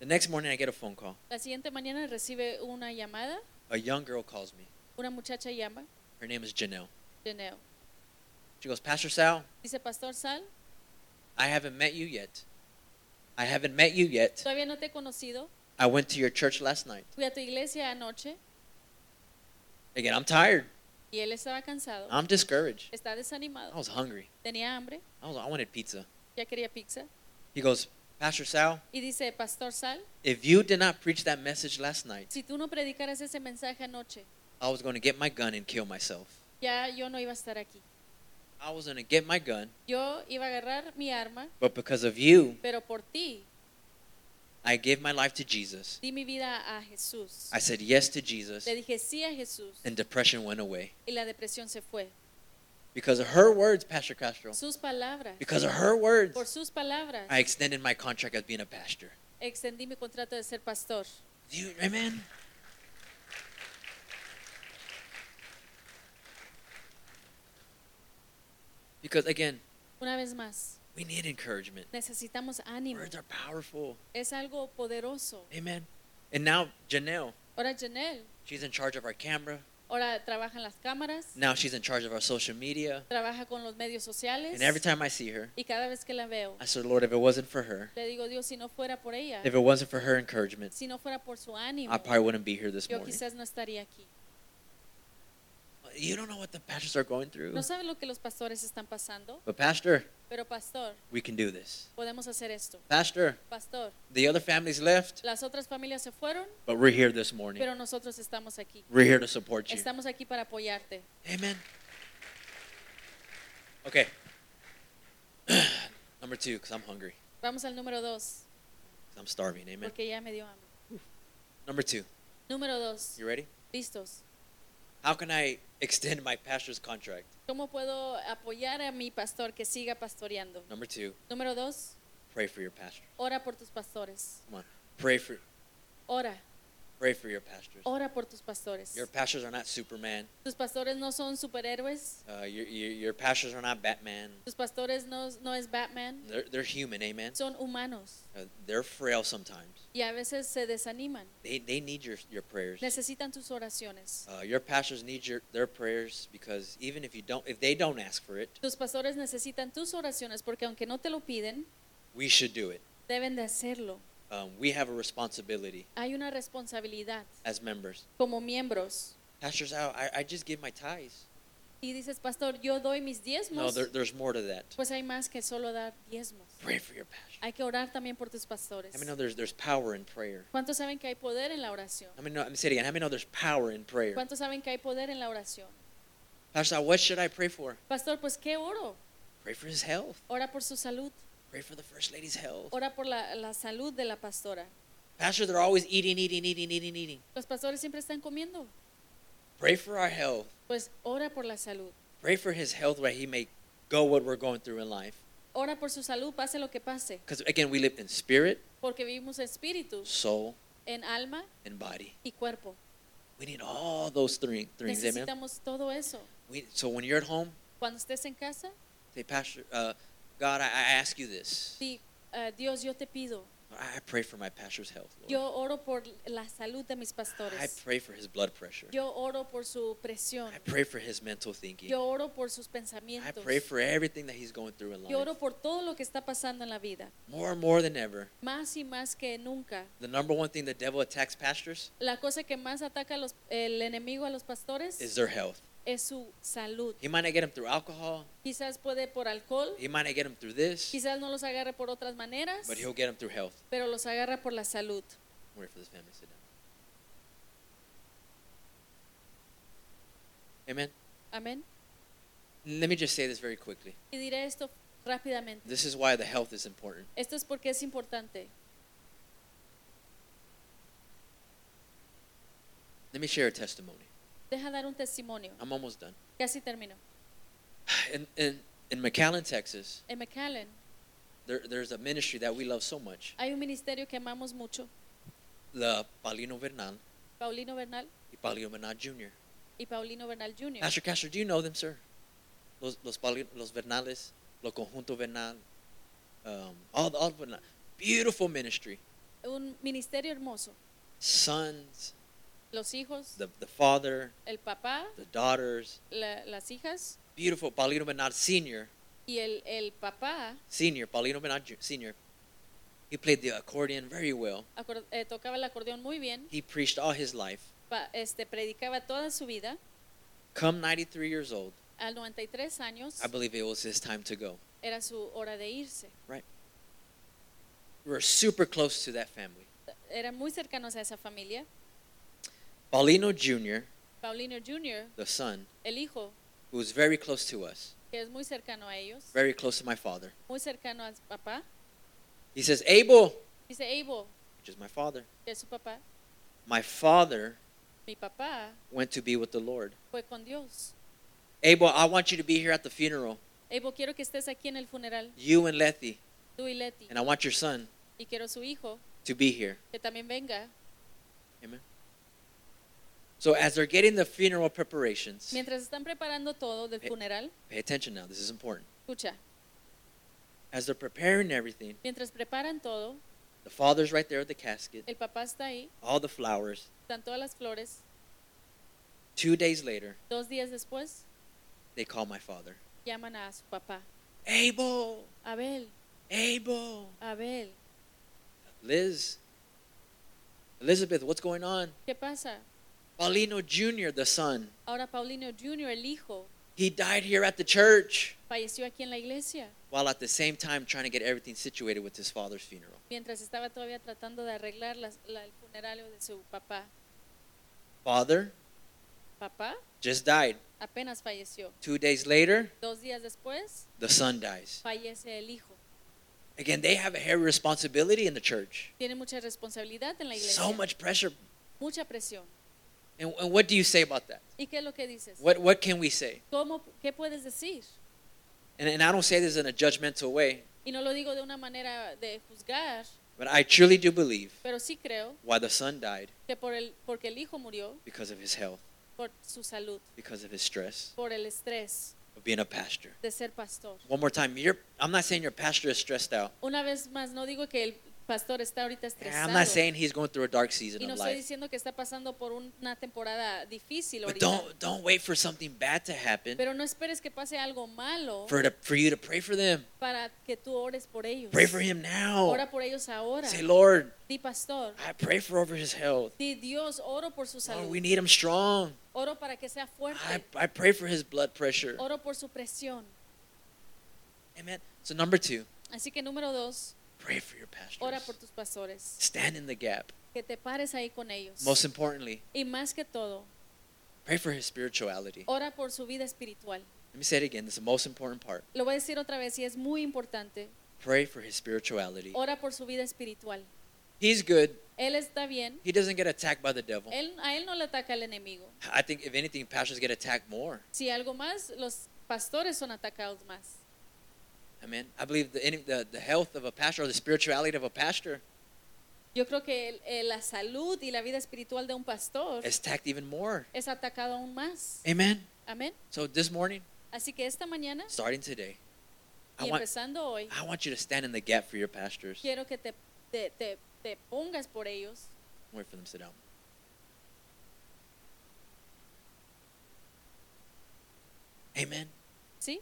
The next morning, I get a phone call. La siguiente mañana recibe una llamada, A young girl calls me. una muchacha llama, Her name is Janelle. Geneo. She goes, Pastor Sal, Dice, Pastor Sal, I haven't met you yet. I haven't met you yet. todavía no te he conocido, I went to your church last night. fui a tu iglesia anoche Again, I'm tired. y él estaba cansado, I'm discouraged. está I desanimado, was hungry. tenía hambre, I, was, I wanted pizza. ya quería pizza. He goes, Pastor Sal, Y dice, Pastor Sal, if you did not preach that message last night, si tú no predicaras ese mensaje anoche, I was going to get my gun and kill myself. ya yo no iba a estar aquí. I was going to get my gun, Yo iba a agarrar mi arma, but because of you, pero por ti I gave my life to Jesus. di mi vida a Jesús. I said yes to Jesus, Le dije sí a Jesús and depression went away. y la depresión se fue. Because of her words, Pastor Castro, Sus palabras, because of her words, por sus palabras, I extended my contract as being a pastor. extendí mi contrato de ser pastor. Do you, amen? Because again, Una vez más, we need encouragement. necesitamos ánimo. Words are powerful. Es algo poderoso. Amen. And now Janelle, Ahora Janelle, she's in charge of our camera. ahora trabaja en las cámaras, Now she's in charge of our social media. trabaja con los medios sociales And every time I see her, y cada vez que la veo, I said, Lord, if it wasn't for her, le digo, Dios, si no fuera por ella, if it wasn't for her encouragement, si no fuera por su ánimo, I probably wouldn't be here this yo morning. quizás no estaría aquí. You don't know what the pastors are going through. No saben lo que los pastores están pasando, But Pastor, pero pastor, we can do this. podemos hacer esto. Pastor, Pastor, the other families left, las otras familias se fueron, but we're here this morning. pero nosotros estamos aquí. We're here to support you. Estamos aquí para apoyarte. Amen. Okay. <clears throat> Number two, because I'm hungry. Vamos al número dos, 'cause I'm starving. Amen. porque ya me dio hambre. Number two. Número dos, You ready? listos. How can I extend my pastor's contract? ¿Cómo puedo apoyar a mi pastor que siga pastoreando? Number two, Número dos, pray for your pastor. ora por tus pastores. Come on. Pray for Ora, pray for your pastors. ora por tus pastores. Your pastors are not Superman. Tus pastores no son superhéroes. Uh, your, your, your pastors are not Batman. Tus pastores no, no es Batman. They're, they're human, amen. Son humanos Uh, they're frail sometimes. y a veces se desaniman. They, they need your, your prayers. Necesitan tus oraciones. Uh, your pastors need your, their prayers because even if you don't, if they don't ask for it, Tus pastores necesitan tus oraciones porque aunque no te lo piden, we should do it. deben de hacerlo. Um, we have a responsibility Hay una responsabilidad as members como miembros Pastors out, I, I just give my tithes. Y dices, pastor, yo doy mis No, diezmos. there, there's more to that. pues hay más que solo dar diezmos. Pray for your pastor. Hay que orar también por tus pastores. I mean, know there's, there's power in prayer. ¿Cuántos saben que hay poder en la oración? I mean, no, I'm saying again. How many know there's power in prayer? ¿Cuántos saben que hay poder en la oración? Pastor, what should I pray for? Pastor, pues ¿qué oro? Pray for his health. Ora por su salud. Pray for the first lady's health. Ora por la, la salud de la pastora. Pastor, they're always eating, eating, eating, eating, eating. Los pastores siempre están comiendo. Pray for our health. Pues ora por la salud. Pray for his health where he may go what we're going through in life. Ora por su salud, pase lo que pase. Because again, we lived in spirit, Porque vivimos en espíritu, soul, en alma and body. y cuerpo. We need all those three things, amen. Necesitamos todo eso. We, so when you're at home, Cuando estés en casa, say, Pastor, uh, God, I, I ask you this. di, "Ah, Dios, yo te pido. I I pray for my pastor's health, Yo Lord. oro por la salud de mis I pastores. pray for his blood pressure. Yo oro por su presión. I pray for his mental thinking. Yo oro por sus I pensamientos. pray for everything that he's going through in Yo oro life. por todo lo que está pasando en la vida. More and more than ever, Más y más que nunca. the number one thing the devil attacks pastors La cosa que más ataca a los- el enemigo a los pastores is their health. es su salud. He might not get them through alcohol. Quizás puede por alcohol, He might not get them through this, quizás no los agarre por otras maneras, but he'll get them through health. pero los agarra por la salud. Wait for this family to sit down. Amen. Amén. Let me just say this very quickly. Y diré esto rápidamente. This is why the health is important. Esto es porque es importante. Let me share a testimony. Deja dar un testimonio. I'm almost done. <sighs> Casi termino. In, in, in McAllen, Texas, En McAllen there, there's a ministry that we love so much. hay un ministerio que amamos mucho, La Paulino Bernal Paulino Bernal y Paulino Bernal Jr. y Paulino Bernal Jr. Pastor Castro, do you know them, sir? Los, los, Paulino, los Bernales, Lo Conjunto Bernal, um, all, the- all the Bernal. Beautiful ministry. Un ministerio hermoso. Sons, Los hijos, the, the father, el papá, the daughters, la- las hijas beautiful Paulino Bernard Sr., y el, el papá Sr., Paulino Bernard Jr., Sr., he played the accordion very well. acor- eh, tocaba el acordeón muy bien, He preached all his life. pa- este, predicaba toda su vida. Come 93 years old, Al 93 años I believe it was his time to go. era su hora de irse. We were super close to that family. Eran muy cercanos a esa familia. Paulino Jr., Paulino Jr., the son, el hijo, who was very close to us, que es muy cercano a ellos, very close to my father, muy cercano a papá, he says, Abel, dice, Abel, which is my father, que es su papá, my father mi papá went to be with the Lord. fue con Dios. Abel, I want you to be here at the funeral, Abel, quiero que estés aquí en el funeral, you and Letty, tú y Leti, and I want your son y quiero su hijo to be here. que también venga. Amen. So as they're getting the funeral preparations, Mientras están preparando todo del Eh. funeral, pay attention now. This is important. escucha, As they're preparing everything, mientras preparan todo, the father's right there at the casket, el papá está ahí, all the flowers. están todas las flores. Two days later, Dos días después, they call my father. llaman a su papá. Abel, Abel, Abel, Abel, Liz, Elizabeth, what's going on? ¿qué pasa? Paulino Jr., the son, Ahora Paulino Jr., el hijo, he died here at the church falleció aquí en la iglesia while at the same time trying to get everything situated with his father's funeral. mientras estaba todavía tratando de arreglar las- la- el funerario de su papá. Father Papá just died. apenas falleció. Two days later, Dos días después, the son dies. fallece el hijo. Again, they have a heavy responsibility in the church. Tiene mucha responsabilidad en la iglesia. So much pressure. Mucha presión. And, and what do you say about that? ¿Y qué es lo que dices? What, what can we say? ¿Cómo, ¿Qué puedes decir? And, and I don't say this in a judgmental way, Y no lo digo de una manera de juzgar, but I truly do believe pero sí creo why the son died que por el, porque el hijo murió because of his health, por su salud, because of his stress por el estrés of being a pastor. de ser pastor. One more time, you're, I'm not saying your pastor is stressed out. Una vez más, no digo que el pastor está ahorita And I'm not estresado. saying he's going through a dark season Y no of estoy life. diciendo que está pasando por una temporada difícil But ahorita. don't don't wait for something bad to happen Pero no esperes que pase algo malo for to, for you to pray for them. para que tú ores por ellos. Pray for him now. Ora por ellos ahora. Say, Lord, Di pastor, I pray for over his health. di Dios, oro por su Lord, we salud. need him strong. Oro para que sea I, fuerte. I pray for his blood pressure. Oro por su presión. Amen. So number two, Así que número dos, pray for your ora por pastors. tus pastores. Stand in the gap. Que te pares ahí con ellos. Most importantly, Y más que todo, pray for his spirituality. ora por su vida espiritual. Let me say it again. This is the most important part. Lo voy a decir otra vez y es muy importante. Pray for his spirituality. Ora por su vida espiritual. He's good. Él está bien. He doesn't get attacked by the devil. Él, a él no le ataca el enemigo. I think if anything, pastors get attacked more. Si algo más, los pastores son atacados más. Amen. I believe the, any, the the health of a pastor or the spirituality of a pastor Yo creo que el- eh, la salud y la vida espiritual de un pastor is attacked even more. es atacado aún más. Amen. Amén. So this morning, Así que esta mañana starting today, I y want empezando hoy, I want you to stand in the gap for your pastors. quiero que te, te, te, te pongas por ellos. Wait for them to sit down. Amen. ¿Sí?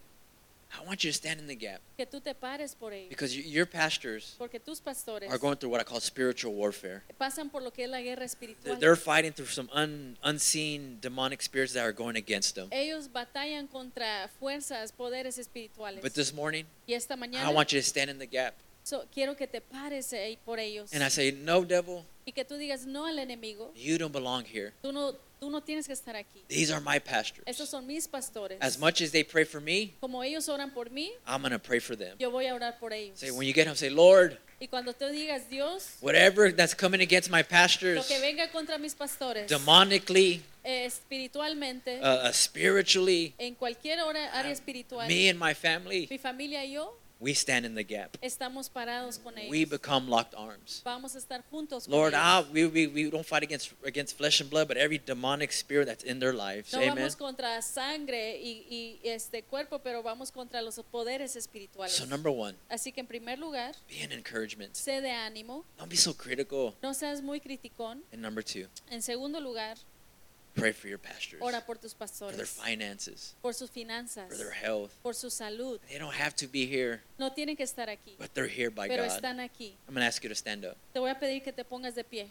I want you to stand in the gap Que tú te pares por ellos. because y- your pastors Porque tus pastores are going through what I call spiritual warfare. pasan por lo que es la guerra They're- espiritual. They're fighting through some un, unseen demonic spirits that are going against them. Ellos batallan contra fuerzas, poderes espirituales. But this morning, y esta I mañana want you to stand in the gap. so, quiero que te pares ahí por ellos. And I say, No, devil, y que tú digas no al enemigo. you don't belong here. Tú no, tú no tienes que estar aquí. These are my Estos pastors. son mis pastores. As much as they pray for me, Como ellos oran por mí, I'm going to pray for them. yo voy a orar por ellos. Say, when you get home, say, Lord, y cuando tú digas Dios, whatever that's coming against my lo pastors, que venga contra mis pastores, demonically, eh, espiritualmente, uh, uh, spiritually, en cualquier hora, área espiritual, me and my family, mi familia y yo we stand in the gap. estamos parados con ellos. We become locked arms. Vamos a estar juntos Lord, ah, con I, ellos. we, we, we don't fight against against flesh and blood, but every demonic spirit that's in their lives. No Amen. vamos contra sangre y, y este cuerpo, pero vamos contra los poderes espirituales. So number one, Así que en primer lugar, be an encouragement. sé de ánimo, Don't be so critical. no seas muy criticón. And number two, En segundo lugar, pray for your pastors, ora por tus for their pastores, finances, por sus finanzas, for their health. por su salud. They don't have to be here, No tienen que estar aquí, but they're here by pero God. están aquí. I'm gonna ask you to stand up. Te voy a pedir que te pongas de pie.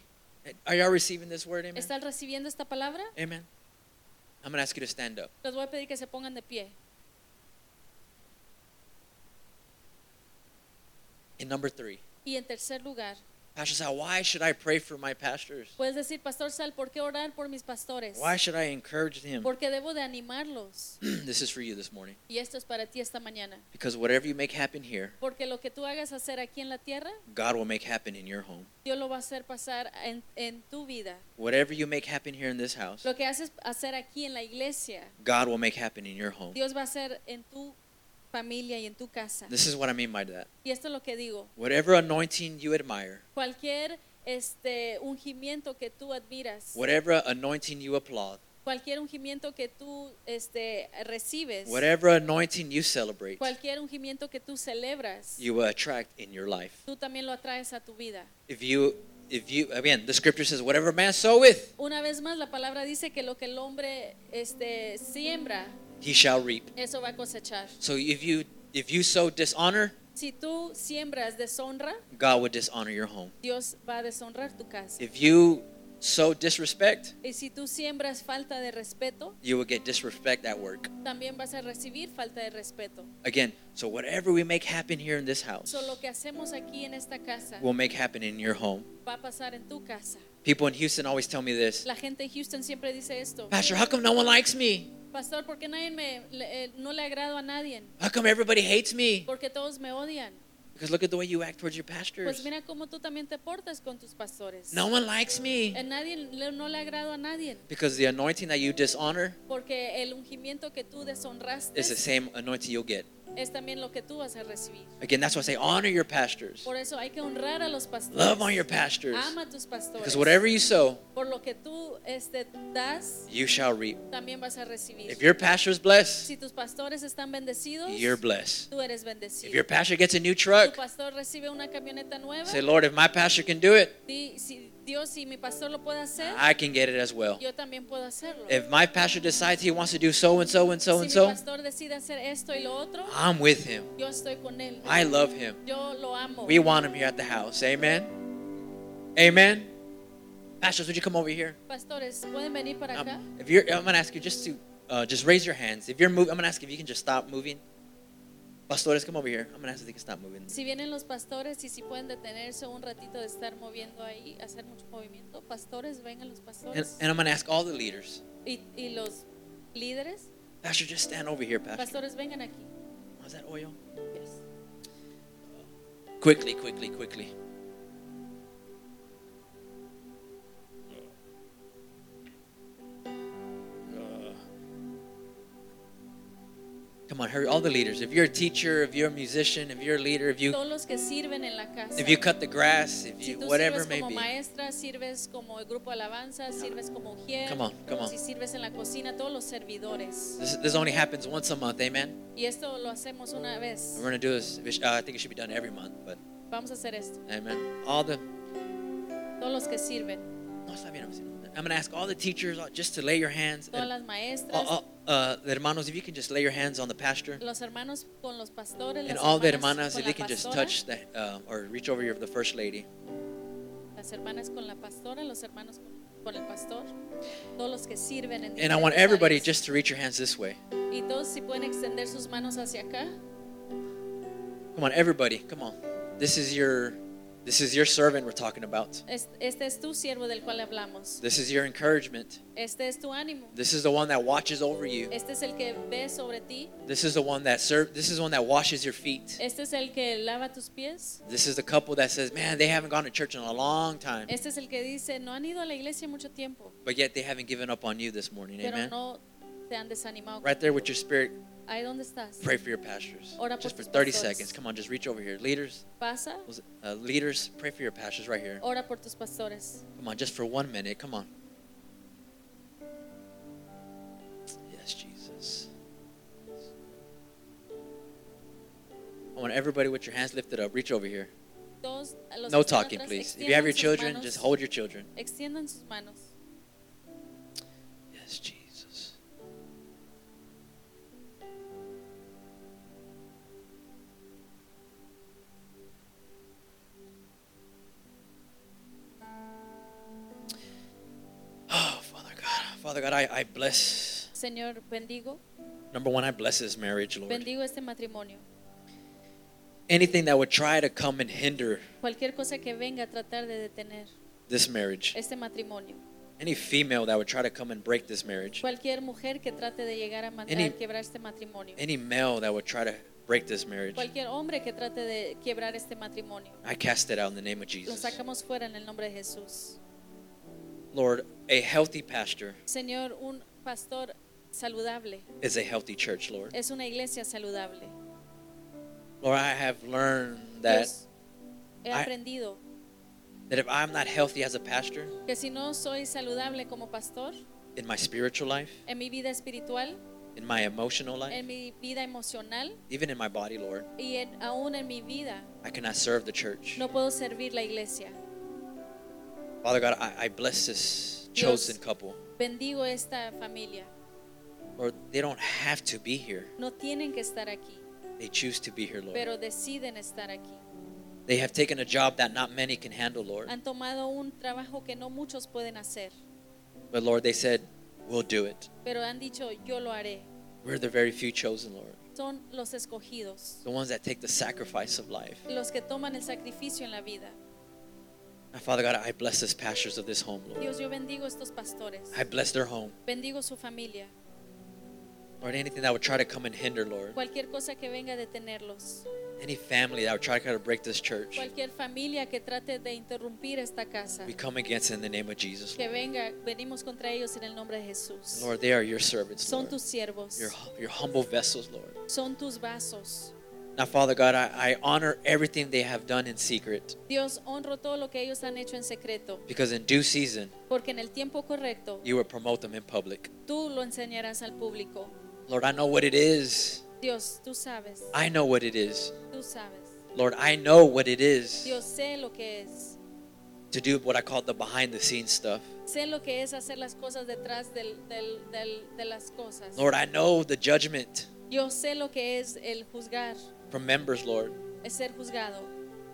Are y'all receiving this word? Amen. ¿Están recibiendo esta palabra? Amen. I'm gonna ask you to stand up. Los voy a pedir que se pongan de pie. And number three, Y en tercer lugar, Pastor Sal, why should I pray for my pastors? puedes decir, Pastor Sal, ¿por qué orar por mis pastores? Why should I encourage them? Porque debo de animarlos. <clears throat> this is for you this morning. Y esto es para ti esta mañana. Because whatever you make happen here, Porque lo que tú hagas hacer aquí en la tierra, God will make happen in your home. Dios lo va a hacer pasar en, en tu vida. Whatever you make happen here in this house, Lo que haces hacer aquí en la iglesia, God will make happen in your home. Dios va a hacer en tu familia y en tu casa. This is what I mean by that. Y esto es lo que digo. Whatever anointing you admire, Cualquier este ungimiento que tú admiras, whatever anointing you applaud, cualquier ungimiento que tú este recibes, whatever anointing you celebrate, cualquier ungimiento que tú celebras, you will attract in your life. tú también lo atraes a tu vida. If you, if you, again, the scripture says, whatever man soweth, Una vez más la palabra dice que lo que el hombre este siembra, he shall reap. eso va a cosechar. So if you, if you sow dishonor, Si tú siembras deshonra, God will dishonor your home. Dios va a deshonrar tu casa. If you sow disrespect, Y si tú siembras falta de respeto, you will get disrespect at work. también vas a recibir falta de respeto. Again, so whatever we make happen here in this house So, lo que hacemos aquí en esta casa will make happen in your home. va a pasar en tu casa. People in Houston always tell me this La gente en Houston siempre dice esto. Pastor, how come no one likes me? Pastor, ¿por qué nadie me, le- eh, no le agrado a nadie? How come everybody hates me? Porque todos me odian. Because look at the way you act towards your Pues pastors. mira cómo tú también te portas con tus pastores. No one likes me. A nadie le- no le agrado a nadie. Because the anointing that you dishonor Porque el ungimiento que tú deshonraste is the same anointing you'll get. es también lo que tú vas a recibir. Again, that's why I say honor your pastors. Por eso hay que honrar a los pastores. Love on your pastors. Ama a tus pastores. Because whatever you sow, Por lo que tú este, das, you shall reap. también vas a recibir. If your pastor's blessed, si tus pastores están bendecidos, you're blessed. tú eres If bendecido. your pastor gets a new tu truck, pastor recibe una camioneta nueva, say, Lord, if my pastor can do it, di, si Dios si mi pastor lo puede hacer, I can get it as well. yo también puedo hacerlo. If my pastor decides he wants to do so and so and so si and so, mi pastor decide hacer esto y lo otro, I'm with him. yo estoy con él. I love him. yo lo amo. We want him here at the house. Amen. Amen. Pastors, would you come over here? Pastores, pueden venir para acá. Um, if you're, I'm gonna ask you just to uh, just raise your hands. If you're moving, I'm gonna ask if you can just stop moving. Pastores, come over here. I'm gonna ask if they can stop moving. Si vienen los pastores y si pueden detenerse un ratito de estar moviendo ahí, hacer mucho movimiento, pastores, vengan los And, pastores and I'm gonna ask all the leaders. y, y los líderes, Pastor, just stand over here, Pastor. pastores, vengan aquí. Was that oil? Yes. Quickly, quickly, quickly. Uh, Come on, hurry! All the leaders. If you're a teacher, if you're a musician, if you're a leader, if you Todos los que sirven en la casa. if you cut the grass, if si you tú whatever it sirves may como be. maestra, sirves como el grupo de alabanza, sirves como ujier, Come on, come on. si sirves en la cocina, todos los servidores. This, this only happens once a month, amen. Y esto lo hacemos una vez. We're gonna do this. it sh- Uh, I think it should be done every month, but Vamos a hacer esto. amen. All the Todos los que sirven, no, está bien, I'm gonna ask all the teachers uh, just to lay your hands. todas and- las Uh, maestras, uh, uh, the hermanos, if you can just lay your hands on the pastor, los hermanos con los pastores, and las all the hermanas hermanas, con if you la can just pastora, touch the uh, or reach over your the first lady. las hermanas con la pastora, los hermanos con, con el pastor, todos los que sirven en And I want diferentes everybody áreas. just to reach your hands this way. y todos si pueden extender sus manos hacia acá. Come on, everybody, come on. This is your, this is your servant we're talking about. Es- Este es tu siervo del cual hablamos. This is your encouragement. Este es tu ánimo. This is the one that watches over you. Este es el que ve sobre ti. This is the one that serve. This is the one that washes your feet. Este es el que lava tus pies. This is the couple that says, "Man, they haven't gone to church in a long time, Este es el que dice, no han ido a la iglesia mucho tiempo, but yet they haven't given up on you this morning." pero Amen. no te han desanimado. Right there with your spirit, Ahí donde estás. pray for your pastors. Ora por Just for tus 30 pastores. seconds. Come on, just reach over here, leaders. Pasa, Was it- uh, leaders, pray for your pastors right here. ora por tus pastores. Come on, just for one minute. Come on. Yes, Jesus. I want everybody with your hands lifted up. Reach over here. Todos a los No que están talking, atrás, please. If you extiendan have your sus children, manos. just hold your children. Extiendan sus manos. Yes, Jesus. Oh, Father God. Father God, I, I bless. Señor, bendigo, Number one, I bless this marriage, Lord. bendigo este matrimonio. Anything that would try to come and hinder Cualquier cosa que venga a tratar de detener this marriage, este matrimonio. any female that would try to come and break this marriage, Cualquier mujer que trate de llegar a mandar Any- quebrar este matrimonio. any male that would try to break this marriage, Cualquier hombre que trate de quebrar este matrimonio. I cast it out in the name of Lo Jesus. sacamos fuera en el nombre de Jesús. Lord, a healthy pastor Señor, un pastor saludable is a healthy church, Lord. es una iglesia saludable. Lord, I have learned that Dios, he I- aprendido that if I'm not healthy as a pastor que si no soy saludable como pastor in my spiritual life, en mi vida espiritual, in my emotional life, en mi vida emocional even in my body, Lord, y en- aún en mi vida, I cannot serve the church. no puedo servir la iglesia. Father God, I, I bless this Dios. chosen couple. Bendigo esta familia. Lord, they don't have to be here. No tienen que estar aquí, They choose to be here, Lord. pero deciden estar aquí. They have taken a job that not many can handle, Lord. Han tomado un trabajo que no muchos pueden hacer, But Lord, they said, We'll do it. pero han dicho, yo lo haré. We're the very few chosen, Lord. Son los escogidos. The ones that take the sacrifice of life. los que toman el sacrificio en la vida. Now, Father God, I bless this pastors of this home, Lord. Dios, yo bendigo estos pastores. I bless their home. Bendigo su familia. Lord, anything that would try to come and hinder, Lord. Cualquier cosa que venga a detenerlos. any family that would try to break this church, Cualquier familia que trate de interrumpir esta casa, we come against it in the name of Jesus. que venga, venimos contra ellos en el nombre de Jesús. Lord, they are your servants, Son Lord. tus siervos, Your, your humble vessels, Lord. son tus vasos. Now, Father God, I, I honor everything they have done in secret Dios, honro todo lo que ellos han hecho en secreto, because in due season, porque en el tiempo correcto you will promote them in public. tú lo enseñarás al público. Lord, I know what it is. Dios, tú sabes, I know what it is. tú sabes. Lord, I know what it is Dios, sé lo que es. to do what I call the behind the scenes stuff. Sé lo que es hacer las cosas detrás del- del- del- de las cosas. Lord, I know the judgment Yo sé lo que es el juzgar, from members, Lord. es ser juzgado.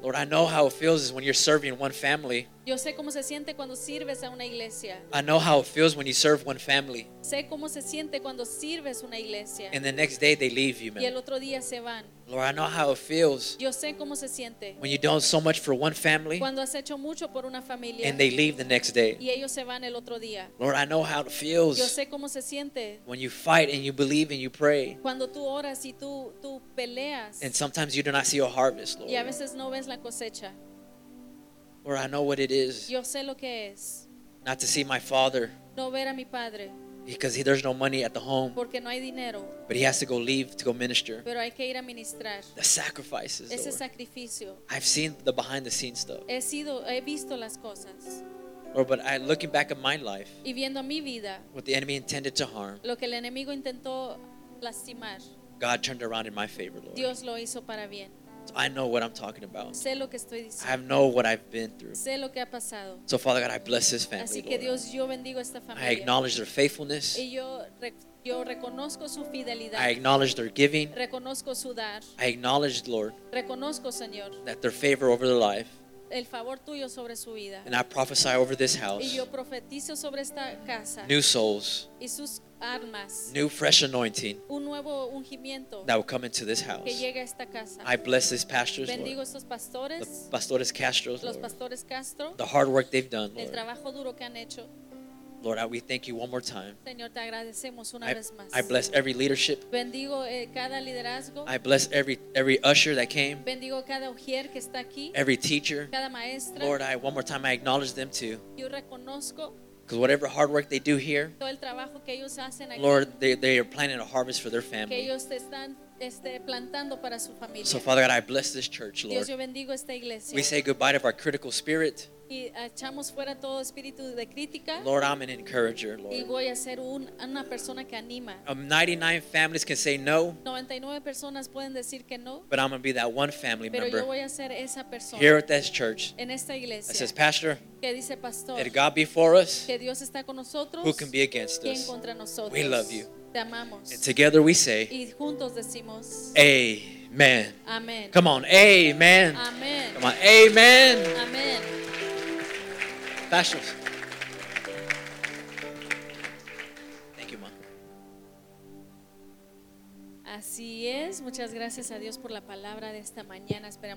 Lord, I know how it feels is when you're serving one family. Yo sé cómo se siente cuando sirves a una iglesia. I know how it feels when you serve one family Sé cómo se siente cuando sirves una iglesia and the next day they leave you, y el man. otro día se van. Lord, I know how it feels Yo sé cómo se siente when you don't so much for one family cuando has hecho mucho por una familia and they leave the next day. y ellos se van el otro día. Lord, I know how Yo it feels sé cómo se siente when you fight and you believe and you pray cuando tú oras y tú, tú peleas and sometimes you do not see a harvest, y a Lord. veces no ves la cosecha. Lord, I know what it is Yo sé lo que es not to see my father no ver a mi padre because he, there's no money at the home, porque no hay dinero, but he has to go leave to go minister. pero hay que ir a ministrar. The sacrifices. Ese Lord. sacrificio. I've seen the behind the scenes stuff. He sido, he visto las cosas Lord, but I, looking back at my life, y viendo mi vida, what the enemy intended to harm, lo que el enemigo intentó lastimar, God turned around in my favor, Lord. Dios lo hizo para bien. So I know what I'm talking about. Sé lo que estoy I diciendo, know what I've been through. sé lo que ha pasado. So, Father God, I bless this family, Así que Lord. Dios, yo bendigo a esta I familia acknowledge their faithfulness. y yo, re- yo reconozco su fidelidad, I acknowledge their giving. reconozco su dar, I acknowledge, Lord, reconozco, Señor, that their favor over their life. el favor tuyo sobre su vida. And I prophesy over this Y house yo profetizo sobre esta casa new souls, y sus armas, new fresh anointing un nuevo ungimiento that will come into this que house. llegue a esta casa. I bless these pastors, Bendigo pues, Lord. a estos pastores. The pastores Castros, los Lord. pastores Castro, The hard work they've done, el Lord. trabajo duro que han hecho. Lord, I, we thank you one more time. Señor, te agradecemos una I, vez más. I bless every leadership. Bendigo eh, cada liderazgo, I bless every every usher that came, bendigo cada ujier que está aquí, every teacher. cada maestra. Eh, Lord, I one more time I acknowledge them too, Yo reconozco because whatever hard work they do here, todo el trabajo que ellos hacen aquí, Lord, they, they are planting a harvest for their que family. ellos te están este, plantando para su familia. So Father God, I bless this church, Dios, Lord. yo bendigo esta iglesia We say goodbye to our critical spirit. y echamos fuera todo espíritu de crítica Lord, I'm an encourager, y Lord. voy a ser un- una persona que anima. Um, 99 families can say no, 99 personas pueden decir que no, but I'm gonna be that one family pero yo member voy a ser esa persona here at this church en esta that iglesia says, Pastor, que dice pastor if God be for us, que Dios está con nosotros who can be against quién us? contra nosotros We love you. te amamos And together we say, y juntos decimos Amen. amén Come on, amen. amén Come on, amen. amén Pastors. Thank you, Mom. así es muchas gracias a Dios por la palabra de esta mañana esperamos